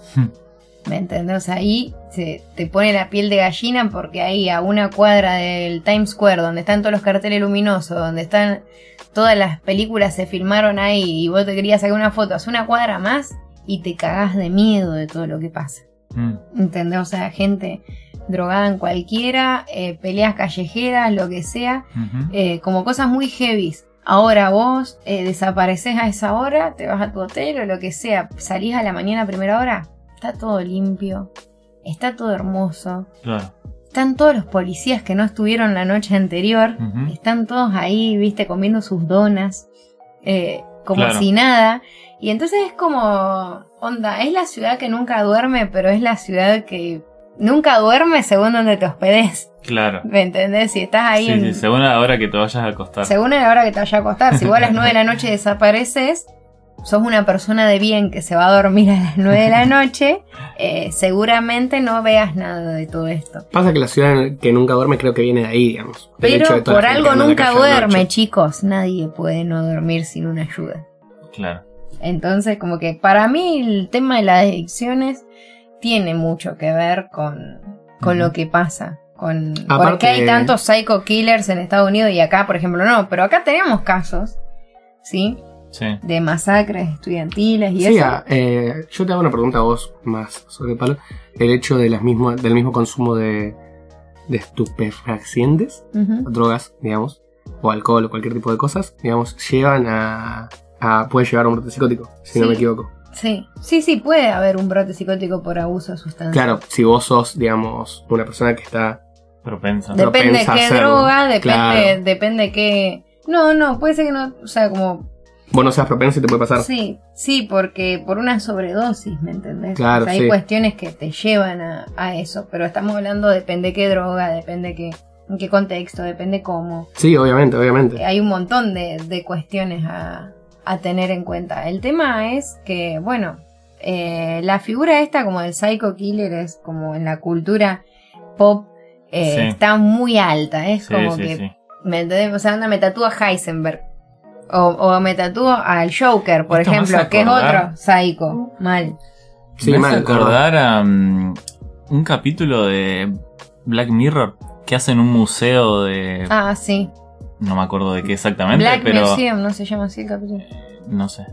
¿Me entendés? O sea, ahí se te pone la piel de gallina porque ahí a una cuadra del Times Square, donde están todos los carteles luminosos, donde están todas las películas se filmaron ahí y vos te querías sacar una foto, haz una cuadra más y te cagás de miedo de todo lo que pasa. Mm. ¿Entendés? O sea, gente drogada en cualquiera, eh, peleas callejeras, lo que sea, Ujú. eh, como cosas muy heavies. Ahora vos eh, desapareces a esa hora, te vas a tu hotel o lo que sea, salís a la mañana a primera hora, está todo limpio, está todo hermoso, Claro. están todos los policías que no estuvieron la noche anterior, Ujú. están todos ahí, viste, comiendo sus donas, eh, como Claro. si nada. Y entonces es como, onda, es la ciudad que nunca duerme, pero es la ciudad que nunca duerme según donde te hospedes, [laughs] Claro. ¿me entendés? Si estás ahí Sí, en, sí, según la hora que te vayas a Ah. acostar. según a la hora que te vaya a acostar, si vos [laughs] a las 9 de la noche desapareces, sos una persona de bien que se va a dormir a las 9 [laughs] de la noche, eh, seguramente no veas nada de todo esto. pasa que la ciudad que nunca duerme creo que viene de ahí, digamos. del hecho de Pero toda por la gente algo andando en la nunca calle de duerme, noche. chicos. Nadie puede no dormir sin una ayuda. Claro. Entonces, como que para mí el tema de las adicciones tiene mucho que ver con, con Ujú. lo que pasa. Con, Aparte- ¿Por qué hay tantos psycho killers en Estados Unidos y acá, por ejemplo, no? Pero acá tenemos casos, ¿sí? Sí. de masacres estudiantiles y Sí, eso. ah, eh, yo te hago una pregunta a vos más sobre el palo. El hecho de las mismas, del mismo consumo de, de estupefacientes, Ujú. drogas, digamos, o alcohol o cualquier tipo de cosas, digamos, llevan a. a- puede llevar a un brote psicótico, si no Sí. me equivoco. Sí, sí, sí, puede haber un brote psicótico por abuso de sustancias. Claro, si vos sos, digamos, una persona que está. Propensa. De- Depende propensa a qué hacerlo. droga, depende, Claro. depende qué... No, no, puede ser que no, o sea, como... Vos no seas propenso y te puede pasar. Sí, sí, porque por una sobredosis, ¿me entendés? Claro, O sea, hay sí. cuestiones que te llevan a, a eso, pero estamos hablando depende qué droga, depende qué, en qué contexto, depende cómo. Sí, obviamente, obviamente. hay un montón de, de cuestiones a, a tener en cuenta. El tema es que, bueno, eh, la figura esta como del psycho killer es como en la cultura pop eh, Sí. está muy alta, es Sí, como sí, que sí. ¿Me entendés? O sea, onda, me tatúa Heisenberg. O, o me tatúo al Joker, por Esto me hace ejemplo, que es acordar. otro psycho. Mal. Sí, me mal, hace acordar a mm, un capítulo de Black Mirror que hacen un museo de. Ah, sí. No me acuerdo de qué exactamente, Black pero. Museum, no se llama así el capítulo. No sé.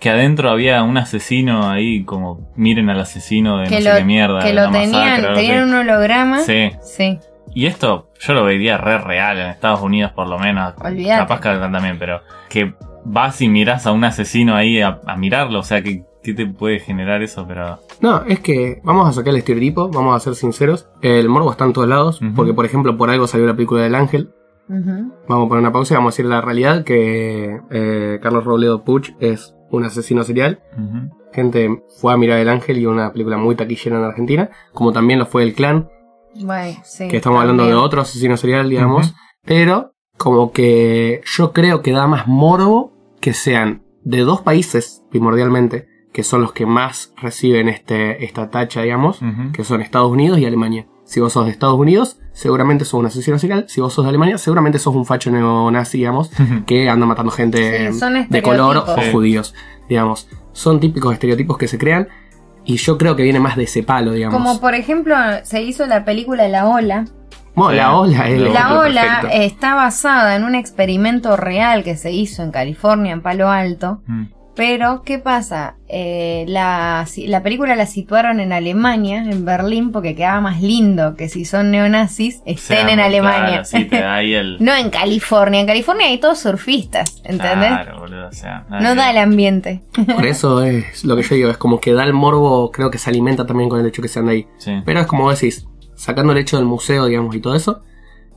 Que adentro había un asesino ahí, como miren al asesino de Que no lo- sé qué mierda. que de lo la tenían, masacre, algo tenían así. un holograma. Sí. Sí. Y esto yo lo vería re real en Estados Unidos, por lo menos. Olvídate. Capaz que acá también, pero que vas y mirás a un asesino ahí a, a mirarlo. O sea, que ¿qué te puede generar eso? Pero. No, es que vamos a sacar el estereotipo, vamos a ser sinceros. El morbo está en todos lados, Ujú. porque por ejemplo por algo salió la película del ángel. Ujú. Vamos a poner una pausa y vamos a decir la realidad que eh, Carlos Robledo Puch es un asesino serial. ujú. Gente fue a mirar El Ángel y una película muy taquillera en Argentina, como también lo fue El Clan, Bueno, sí. que estamos hablando de otro asesino serial, digamos. Ujú. Pero como que yo creo que da más morbo que sean de dos países primordialmente, que son los que más reciben este, esta tacha, digamos, Ujú. que son Estados Unidos y Alemania. Si vos sos de Estados Unidos, seguramente sos un asesino serial. Si vos sos de Alemania, seguramente sos un facho neonazi, digamos, que anda matando gente em, Sí, son de color o estereotipos. Sí. judíos, digamos. Son típicos estereotipos que se crean y yo creo que viene más de ese palo, digamos. Como por ejemplo, se hizo la película La Ola. Bueno, la ola es el Lo La ejemplo Ola perfecto. está basada en un experimento real que se hizo en California, en Palo Alto. [laughs] Mm. Pero, ¿qué pasa? Eh, la, si- la película la situaron en Alemania, en Berlín, porque quedaba más lindo que si son neonazis estén Seamos, en Alemania. Claro, sí, te da [laughs] ahí el. No en California. En California hay todos surfistas, ¿entendés? Claro, boludo, o sea, nada No que- da el ambiente. Por eso es lo que yo digo, es como que da el morbo, creo que se alimenta también con el hecho que se anda ahí. Sí. Pero es como vos decís, sacando el hecho del museo, digamos, y todo eso,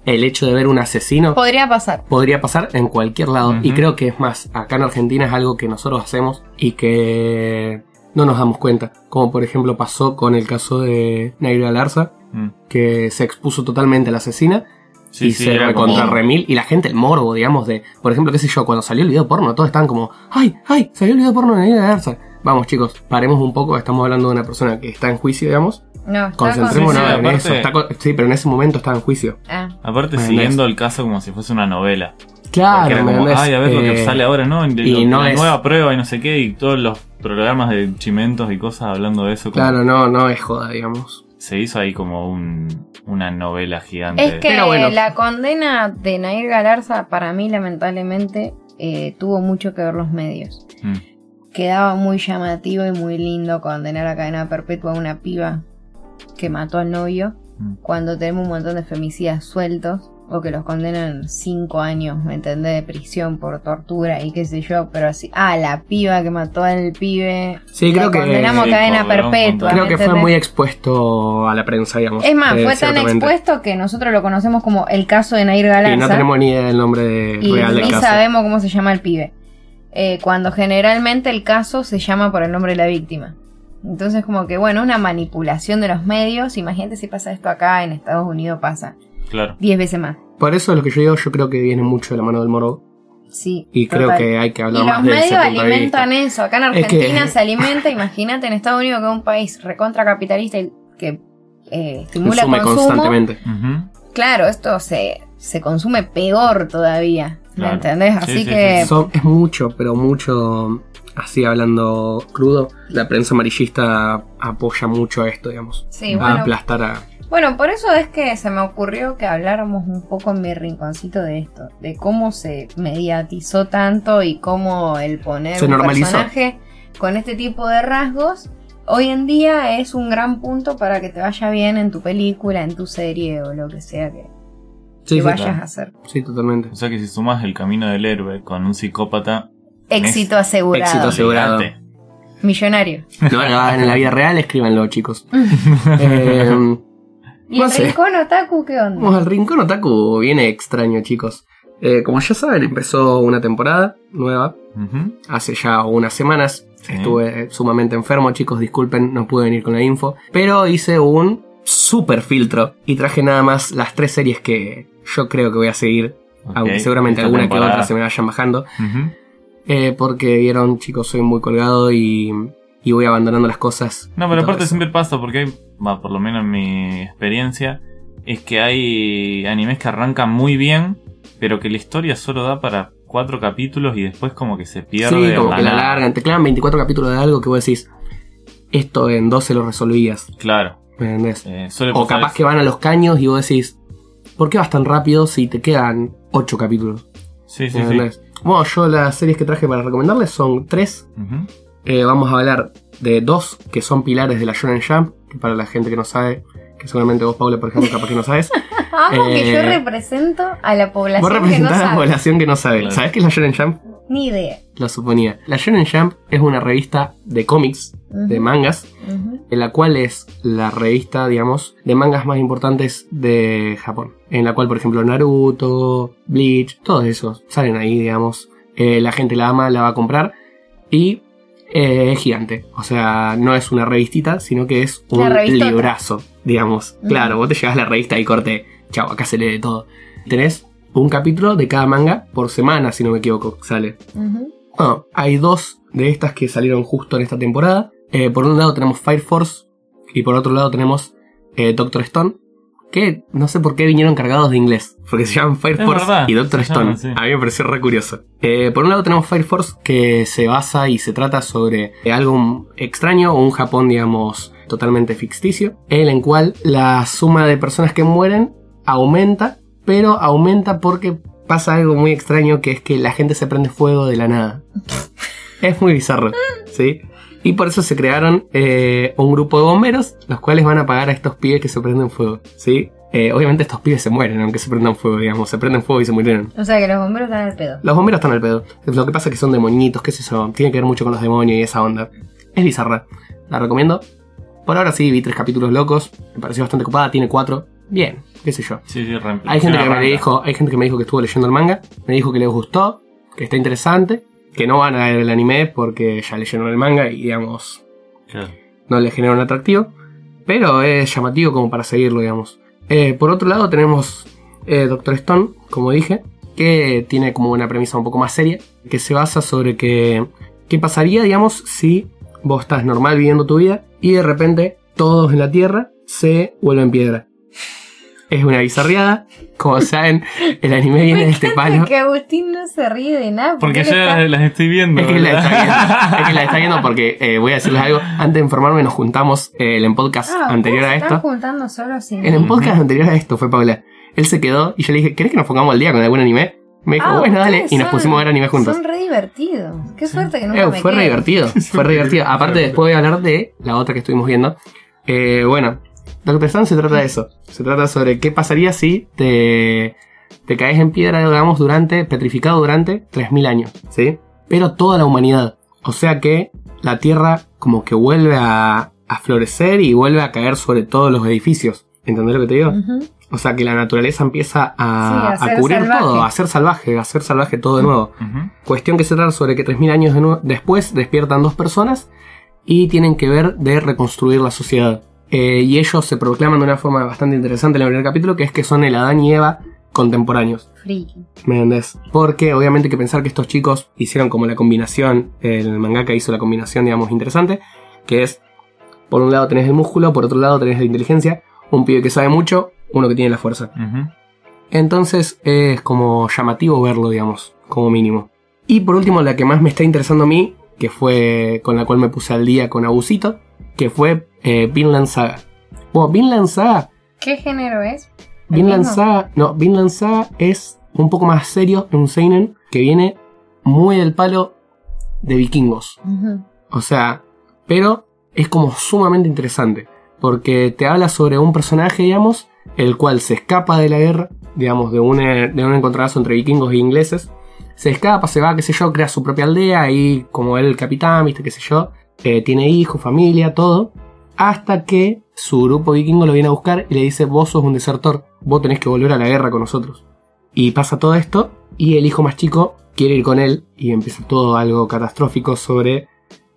el hecho de ver un asesino Podría pasar. podría pasar en cualquier lado. Ujú. Y creo que es más, acá en Argentina es algo que nosotros hacemos y que no nos damos cuenta. Como por ejemplo pasó con el caso de Naira Larza, Mm. que se expuso totalmente a la asesina Sí, y sí, se era recontra como- remil. Y la gente, el morbo, digamos, de, por ejemplo, qué sé yo, cuando salió el video porno, todos estaban como, ¡ay, ay! Salió el video porno de Naira Larza. Vamos chicos, paremos un poco, estamos hablando de una persona que está en juicio, digamos. No, está Concentrémonos Sí, sí, en aparte- eso. está con- sí, pero en ese momento está en juicio. con- Ah, Aparte, Bueno, siguiendo el caso como si fuese una novela. Porque Claro, era ¿me como, entendés? ay, a ver lo que Eh, sale ahora, ¿no? Y, y no la es- nueva prueba y no sé qué, y todos los programas de chimentos y cosas hablando de eso. como- Claro, no, no es joda, digamos. Se hizo ahí como un, una novela gigante. Es que Pero bueno. la condena de Nair Galarza, para mí, lamentablemente, eh, tuvo mucho que ver los medios. Mm. Quedaba muy llamativo y muy lindo condenar a cadena perpetua a una piba que mató al novio Mm. cuando tenemos un montón de femicidas sueltos o que los condenan cinco años, ¿me entendés? De prisión por tortura y qué sé yo, pero así. Ah, la piba que mató al pibe. Sí, creo la que- condenamos a Sí, cadena cobró un perpetua. montón. Creo ¿me que fue entendés? muy expuesto a la prensa, digamos. Es más, eh, fue tan ciertamente. expuesto que nosotros lo conocemos como el caso de Nair Galarza. Y no tenemos ni idea del nombre de- y real del ni caso. sabemos cómo se llama el pibe. Eh, cuando generalmente el caso se llama por el nombre de la víctima. Entonces, como que, bueno, una manipulación de los medios. Imagínate si pasa esto acá, en Estados Unidos pasa Claro. 10 veces más. Por eso lo que yo digo, yo creo que viene mucho de la mano del morbo. Sí. Y creo total. que hay que Y hablar los más de ese medios punto de vista. alimentan eso. Acá en Es que- [laughs] Argentina se alimenta, imagínate, en Estados Unidos, que es un país recontracapitalista y que eh, estimula Consume consumo. constantemente. Ujú. Claro, esto se, se consume peor todavía. ¿Me Claro. entendés? Sí, Así sí, que. Son- es mucho, pero mucho, así hablando crudo, la prensa amarillista apoya mucho esto, digamos. Sí, Va a bueno. aplastar a... Bueno, por eso es que se me ocurrió que habláramos un poco en mi rinconcito de esto, de cómo se mediatizó tanto y cómo el poner Se un normalizó. personaje con este tipo de rasgos hoy en día es un gran punto para que te vaya bien en tu película, en tu serie o lo que sea que, que Sí, sí, vayas claro. a hacer. sí, [laughs] totalmente. O sea que si sumas el camino del héroe con un psicópata. Éxito asegurado. Éxito asegurado. Asegurado. [laughs] olvidate. Millonario. No lo hagan en la vida real, escríbanlo, [laughs] chicos. Eh, ¿Y No el sé. rincón otaku qué onda? Vamos al rincón otaku, viene extraño, chicos. Eh, como ya saben, empezó una temporada nueva. Ujú. Hace ya unas semanas Sí. estuve eh, sumamente enfermo, chicos. Disculpen, no pude venir con la info. Pero hice un super filtro y traje nada más las tres series que yo creo que voy a seguir. Ok, Aunque seguramente esta alguna que temporada. otra se me vayan bajando. Ujú. Eh, porque vieron, chicos, soy muy colgado y, y voy abandonando las cosas. No, Y pero todo aparte eso. siempre pasa porque hay, va, por lo menos en mi experiencia, es que hay animes que arrancan muy bien, pero que la historia solo da para cuatro capítulos y después como que se pierde. sí, como en que la nada. largan, te clavan 24 capítulos de algo que vos decís, esto en 12 lo resolvías, Claro. ¿me entendés? eh, suele o pasar capaz eso. que van a los caños y vos decís, ¿por qué vas tan rápido si te quedan 8 capítulos? Sí, sí, ¿Me sí. entendés? Bueno, yo las series que traje para recomendarles son 3 Ujú. Eh, vamos a hablar de dos que son pilares de la Shonen Jump, que para la gente que no sabe, que seguramente vos, Paula, por ejemplo, capaz que no [laughs] sabes. Amo que yo Eh, represento a la población vos que no representás a la sabe. población que no sabe. Claro. ¿Sabés qué es la Shonen Jump? Ni idea. Lo suponía. La Shonen Jump es una revista de cómics, de Ujú, mangas, ujú. en la cual es la revista, digamos, de mangas más importantes de Japón. En la cual, por ejemplo, Naruto, Bleach, todos esos salen ahí, digamos. Eh, la gente la ama, la va a comprar. Y eh, es gigante. O sea, no es una revistita, sino que es La un revistota. Mm. librazo, digamos. Ujú. Claro, vos te llevas la revista y corte. Chao, acá se lee de todo. Tenés un capítulo de cada manga por semana, si no me equivoco, sale. Ujú. Bueno, hay dos de estas que salieron justo en esta temporada. Eh, por un lado tenemos Fire Force y por otro lado tenemos eh, Doctor Stone. Que no sé por qué vinieron cargados de inglés. Porque se llaman Fire Es Force verdad, y Doctor se Stone. llaman, sí. A mí me pareció re curioso. Eh, por un lado tenemos Fire Force que se basa y se trata sobre eh, algo extraño o un Japón, digamos, totalmente ficticio. En el cual la suma de personas que mueren aumenta, pero aumenta porque pasa algo muy extraño que es que la gente se prende fuego de la nada. es muy bizarro, ¿sí? Y por eso se crearon eh, un grupo de bomberos, los cuales van a pagar a estos pibes que se prenden fuego, ¿sí? Eh, obviamente estos pibes se mueren, aunque se prendan fuego, digamos, se prenden fuego y se murieron. O sea que los bomberos están al pedo. Los bomberos están al pedo. Lo que pasa es que son demonitos, qué sé yo, tiene que ver mucho con los demonios y esa onda. Es bizarra, la recomiendo. Por ahora sí, vi tres capítulos locos, me pareció bastante copada, tiene cuatro. Bien, qué sé yo. Sí, sí, reemplazó Hay gente una que me banda. dijo, hay gente que me dijo que estuvo leyendo el manga, me dijo que les gustó, que está interesante, que no van a ver el anime porque ya leyeron el manga y digamos Claro. no les genera un atractivo, pero es llamativo como para seguirlo, digamos. Eh, por otro lado tenemos eh, Doctor Stone, como dije, que tiene como una premisa un poco más seria, que se basa sobre que qué pasaría, digamos, si vos estás normal viviendo tu vida y de repente todos en la Tierra se vuelven piedra. Es una bizarriada, [laughs] como saben, el anime viene Me de este encanta palo. que Agustín no se ríe de nada. Porque él yo está- las, las estoy viendo. Es que, la ¿verdad? está viendo, es [laughs] que la está viendo porque eh, voy a decirles algo. Antes de enfermarme nos juntamos eh, en podcast Ah, anterior ¿ustedes a se Están esto. juntando solo sin. En el podcast Ujú. anterior a esto fue Paula. Él se quedó y yo le dije, ¿querés que nos pongamos al día con algún anime? Me dijo, Ah, bueno, dale. ustedes Y nos son- pusimos a ver anime juntos. Son re divertidos. Qué suerte que nunca Eh, me fue re quedé. [laughs] divertido, fue re divertido. Aparte, después voy a hablar de la otra que estuvimos viendo. Eh, bueno, Doctor Stone se trata de eso. Se trata sobre qué pasaría si te, te caes en piedra, digamos, durante, petrificado durante 3.000 años, ¿sí? Pero toda la humanidad. O sea que la Tierra como que vuelve a, a florecer y vuelve a caer sobre todos los edificios. ¿Entendés lo que te digo? Ujú. O sea que la naturaleza empieza a, Sí, a a ser cubrir salvaje. todo, a ser salvaje, a ser salvaje todo de nuevo. Ujú. Cuestión que se trata sobre que 3.000 años de nue- después despiertan dos personas y tienen que ver de reconstruir la sociedad. Eh, y ellos se proclaman de una forma bastante interesante en el primer capítulo, que es que son el Adán y Eva contemporáneos. Friki. ¿Me entendés? Porque obviamente hay que pensar que estos chicos hicieron como la combinación, el mangaka hizo la combinación, digamos, interesante, que es, por un lado tenés el músculo, por otro lado tenés la inteligencia, un pibe que sabe mucho, uno que tiene la fuerza. Ujú. Entonces es como llamativo verlo, digamos, como mínimo. Y por último, la que más me está interesando a mí, que fue con la cual me puse al día con Abusito, que fue eh, Vinland Saga. Bueno, Vinland Saga, ¿Qué género es? ¿El Vinland mismo? Saga, no, Vinland Saga es un poco más serio, un seinen que viene muy del palo de vikingos. Ujú. O sea, pero es como sumamente interesante. Porque te habla sobre un personaje, digamos, el cual se escapa de la guerra, digamos, de un, eh, de un encontronazo entre vikingos e ingleses. Se escapa, se va, qué sé yo, crea su propia aldea y como él el capitán, viste, qué sé yo, eh, tiene hijos, familia, todo. Hasta que su grupo vikingo lo viene a buscar y le dice, vos sos un desertor, vos tenés que volver a la guerra con nosotros. Y pasa todo esto y el hijo más chico quiere ir con él y empieza todo algo catastrófico sobre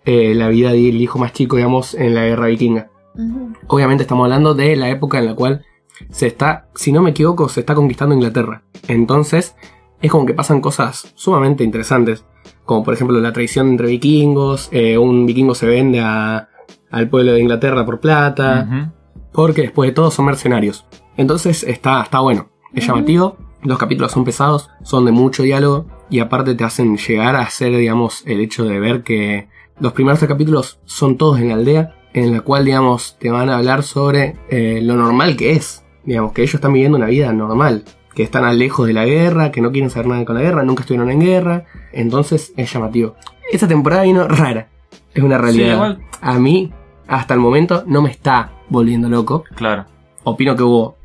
eh, la vida del hijo más chico, digamos, en la guerra vikinga. Ujú. Obviamente estamos hablando de la época en la cual se está, si no me equivoco, se está conquistando Inglaterra. Entonces, es como que pasan cosas sumamente interesantes. Como por ejemplo la traición entre vikingos, eh, un vikingo se vende a- al pueblo de Inglaterra por plata, Ujú. porque después de todo son mercenarios. Entonces está, está bueno, es Ujú. llamativo, Los capítulos son pesados, son de mucho diálogo y aparte te hacen llegar a hacer, digamos, el hecho de ver que los primeros tres capítulos son todos en la aldea, en la cual, digamos, te van a hablar sobre eh, lo normal que es. Digamos, que ellos están viviendo una vida normal, que están a lejos de la guerra, que no quieren saber nada con la guerra, nunca estuvieron en guerra. Entonces es llamativo. Esta temporada vino rara, es una realidad. Sí, igual. A mí, hasta el momento, no me está volviendo loco. Claro. Opino que hubo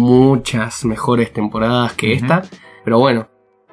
muchas mejores temporadas que Ujú. esta, pero bueno,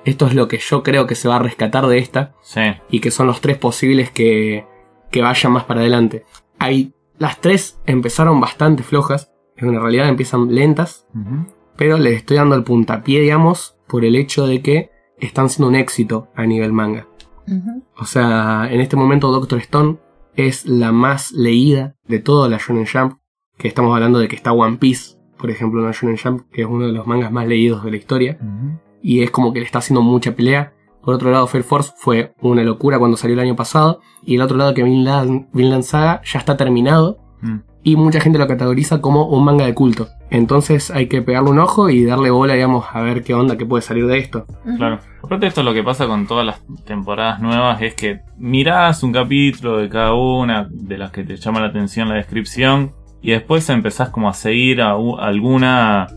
esto es lo que yo creo que se va a rescatar de esta Sí. y que son los tres posibles que, que vayan más para adelante. Hay, las tres empezaron bastante flojas, en una realidad empiezan lentas, Ujú. pero les estoy dando el puntapié, digamos, por el hecho de que están siendo un éxito a nivel manga. Ujú. O sea, en este momento Doctor Stone es la más leída de toda la Shonen Jump, que estamos hablando de que está One Piece, por ejemplo, en la Shonen Jump, que es uno de los mangas más leídos de la historia Ujú. y es como que le está haciendo mucha pelea. Por otro lado, Fair Force fue una locura cuando salió el año pasado. Y el otro lado, que Vinland, Vinland Saga ya está terminado. Mm. Y mucha gente lo categoriza como un manga de culto. Entonces hay que pegarle un ojo y darle bola, digamos, a ver qué onda que puede salir de esto. Ujú. Claro. Aparte esto es lo que pasa con todas las temporadas nuevas, es que mirás un capítulo de cada una, de las que te llama la atención la descripción, y después empezás como a seguir a u- alguna,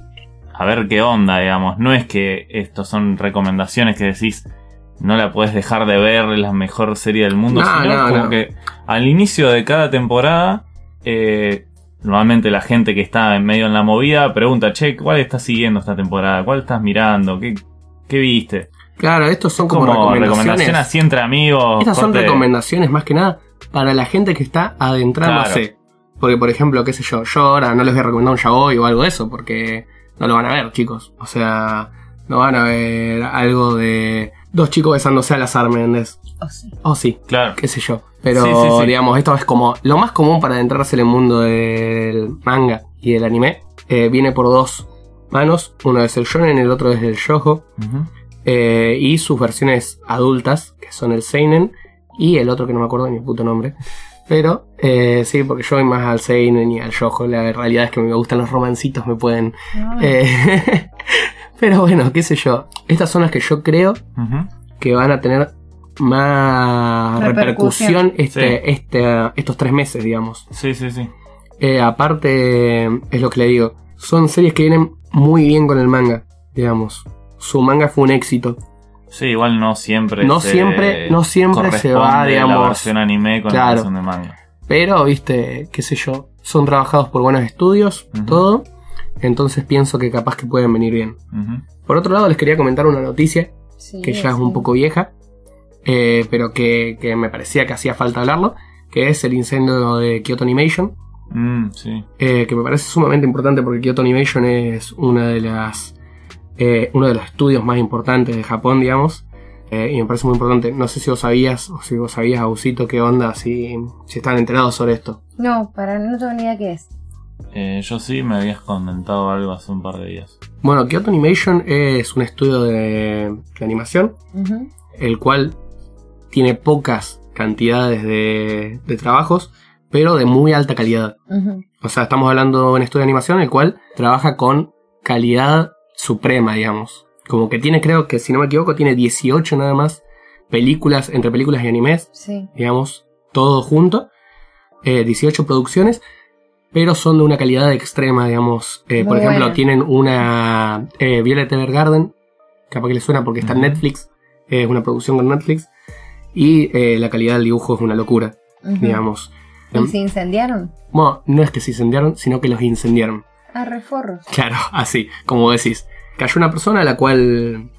a ver qué onda, digamos. No es que estos son recomendaciones que decís, no la puedes dejar de ver, es la mejor serie del mundo, No, sino no, como no. que al inicio de cada temporada, eh, Normalmente la gente que está en medio en la movida pregunta, che, ¿cuál estás siguiendo esta temporada? ¿Cuál estás mirando? ¿Qué, qué viste? Claro, estos son como, como, recomendaciones. recomendación así entre amigos. Estas son corte- recomendaciones más que nada para la gente que está adentrándose. Porque, por ejemplo, qué sé yo, yo ahora no les voy a recomendar un yaoi o algo de eso, porque no lo van a ver, chicos. O sea, no van a ver algo de dos chicos besándose al azar, ¿me entendés? Oh, sí. O sí, Claro, qué sé yo. Pero, Sí, sí, sí. digamos, esto es como lo más común para adentrarse en el mundo del manga y del anime. eh, viene por dos manos, uno es el shonen, el otro es el shoujo. Ujú. Eh, y sus versiones adultas, que son el Seinen y el otro que no me acuerdo ni el puto nombre. Pero eh, sí, porque yo voy más al Seinen y al Yojo. La realidad es que me gustan los romancitos, me pueden. Ah, eh, [laughs] pero bueno, qué sé yo. Estas son las que yo creo Ujú. que van a tener más Repercusión. repercusión, este, este, estos tres meses, digamos. Sí, sí, sí. Eh, aparte, es lo que le digo. Son series que vienen muy bien con el manga, digamos. Su manga fue un éxito. Sí, igual no siempre. No se siempre- no siempre se va, Este, corresponde La digamos. versión anime con Claro. la versión de manga. Pero, viste, qué sé yo, son trabajados por buenos estudios, Ujú. todo. Entonces pienso que capaz que pueden venir bien. Ujú. Por otro lado, les quería comentar una noticia sí, que ya es sí. un poco vieja, eh, pero que, que me parecía que hacía falta hablarlo, que es el incendio de Kyoto Animation, Mm, sí. eh, que me parece sumamente importante porque Kyoto Animation es una de las, eh, uno de los estudios más importantes de Japón, digamos. eh, y me parece muy importante. No sé si vos sabías o si vos sabías, Ausito, qué onda, si, si están enterados sobre esto. No, para no tengo ni idea qué es. Eh, yo sí me habías comentado algo hace un par de días. Bueno, Kyoto Animation es un estudio de, de animación, Ujú. el cual tiene pocas cantidades de, de trabajos, pero de muy alta calidad. Ujú. O sea, estamos hablando de un estudio de animación el cual trabaja con calidad suprema, digamos. Como que tiene, creo que si no me equivoco, tiene 18 nada más películas, entre películas y animes, Sí. digamos, todo junto. eh, 18 producciones, pero son de una calidad extrema, digamos. Eh, por Muy ejemplo, buena. tienen una eh, Violet Evergarden, capaz que le suena porque está en Ujú. Netflix, eh, es una producción con Netflix, y eh, la calidad del dibujo es una locura, Ujú. digamos. Em, ¿Y se incendiaron? Bueno, no es que se incendiaron, sino que los incendiaron. [laughs] Ah, reforros. Claro, así, como decís. Cayó una persona a la cual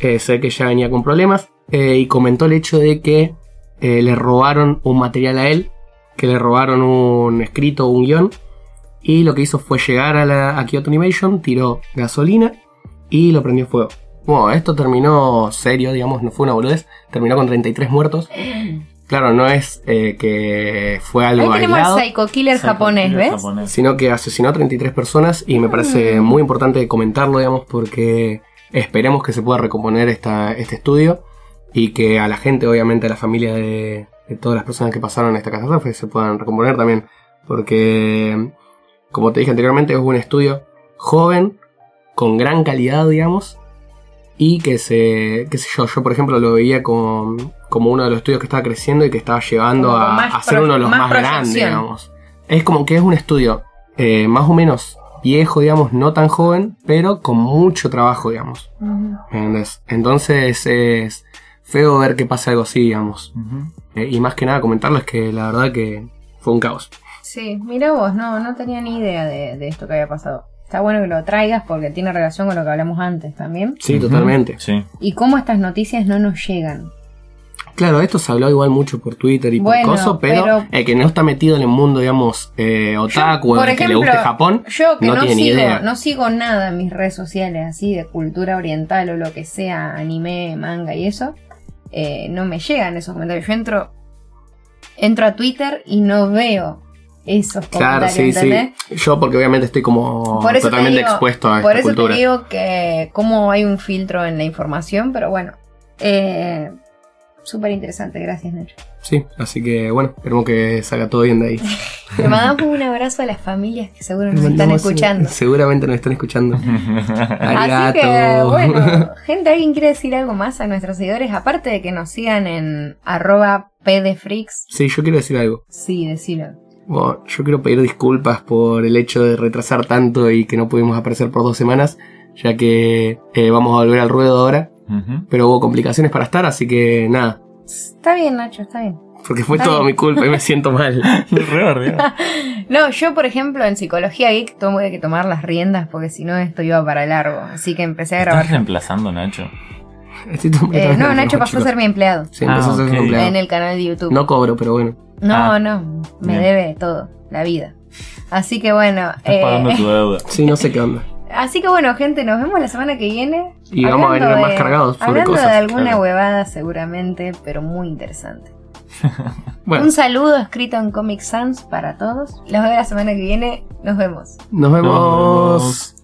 eh, sé que ya venía con problemas eh, y comentó el hecho de que eh, le robaron un material a él, que le robaron un escrito, un guión, y lo que hizo fue llegar a, la, a Kyoto Animation, tiró gasolina y lo prendió fuego. Bueno, esto terminó serio, digamos, no fue una boludez, terminó con 33 [clears throat] muertos. Claro, no es eh, que fue Ahí algo tenemos aislado al Psycho Killer Psycho japonés, Killer ¿ves? japonés. sino que asesinó a 33 personas y me parece Mm. muy importante comentarlo, digamos, porque esperemos que se pueda recomponer esta, este estudio y que a la gente, obviamente a la familia de, de todas las personas que pasaron esta catástrofe se puedan recomponer también, porque como te dije anteriormente es un estudio joven, con gran calidad, digamos, y que se, qué sé yo, yo por ejemplo lo veía con, como uno de los estudios que estaba creciendo y que estaba llevando Como con a, más a ser pro- uno de los más más, grandes, proyección. digamos. Es como que es un estudio eh, más o menos viejo, digamos, no tan joven, pero con mucho trabajo, digamos. Ujú. ¿entendés? Entonces es feo ver que pasa algo así, digamos. Ujú. Eh, y más que nada comentarles que la verdad que fue un caos. Sí, mira vos, no, no tenía ni idea de, de esto que había pasado. Está bueno que lo traigas porque tiene relación con lo que hablamos antes también. Sí, Ujú. totalmente. Sí. [laughs] Y cómo estas noticias no nos llegan. Claro, esto se habló igual mucho por Twitter y Bueno, por coso, pero, pero- el que no está metido en el mundo, digamos, eh, otaku, Yo, o por el que le ejemplo, guste Japón, Yo que No no, tiene ni sigo, idea. no sigo nada en mis redes sociales así de cultura oriental o lo que sea, anime, manga y eso, eh, no me llegan esos comentarios. Yo entro, entro a Twitter y no veo esos claro, comentarios, sí, ¿entendés? sí. Yo porque obviamente estoy como Por eso te totalmente digo- expuesto a Por esta eso cultura. te digo que como hay un filtro en la información, pero bueno. Eh, Súper interesante, gracias Nacho. Sí, así que bueno, esperemos que salga todo bien de [laughs] ahí. Le mandamos un abrazo a las familias que seguro nos están Mandamos- escuchando. Seguramente nos están escuchando. Así Arigato. que, bueno, gente, ¿alguien quiere decir algo más a nuestros seguidores? Aparte de que nos sigan en arroba pdfreaks. [laughs] Sí, yo quiero decir algo. Sí, decilo. Bueno, yo quiero pedir disculpas por el hecho de retrasar tanto y que no pudimos aparecer por dos semanas, ya que eh, vamos a volver al ruedo ahora, [laughs] Ujú. pero hubo complicaciones para estar, así que nada, Está bien, Nacho, está bien. porque fue Está todo bien. mi culpa y me siento mal. [laughs] Re bardeado. No, yo, por ejemplo, en Psicología Geek tuve que tomar las riendas porque si no esto iba para largo. Así que empecé a ¿Estás grabar. reemplazando, Nacho? Estoy Eh, completamente no, enfermo, Nacho pasó a chicos. ser mi empleado. Sí, empezó Ah, a ser ok. un empleado. En el canal de YouTube. No cobro, pero bueno. No, Ah, no, me bien. debe todo, la vida. Así que bueno, Estás eh, pagando tu deuda. Sí, no sé qué onda. [laughs] así que bueno, gente, nos vemos la semana que viene. Y vamos a Hablando venir más de- cargados sobre Hablando cosas, de alguna claro. huevada seguramente, pero muy interesante. Bueno, Un saludo escrito en Comic Sans para todos. Los veo la semana que viene. Nos vemos. nos vemos. Nos vemos.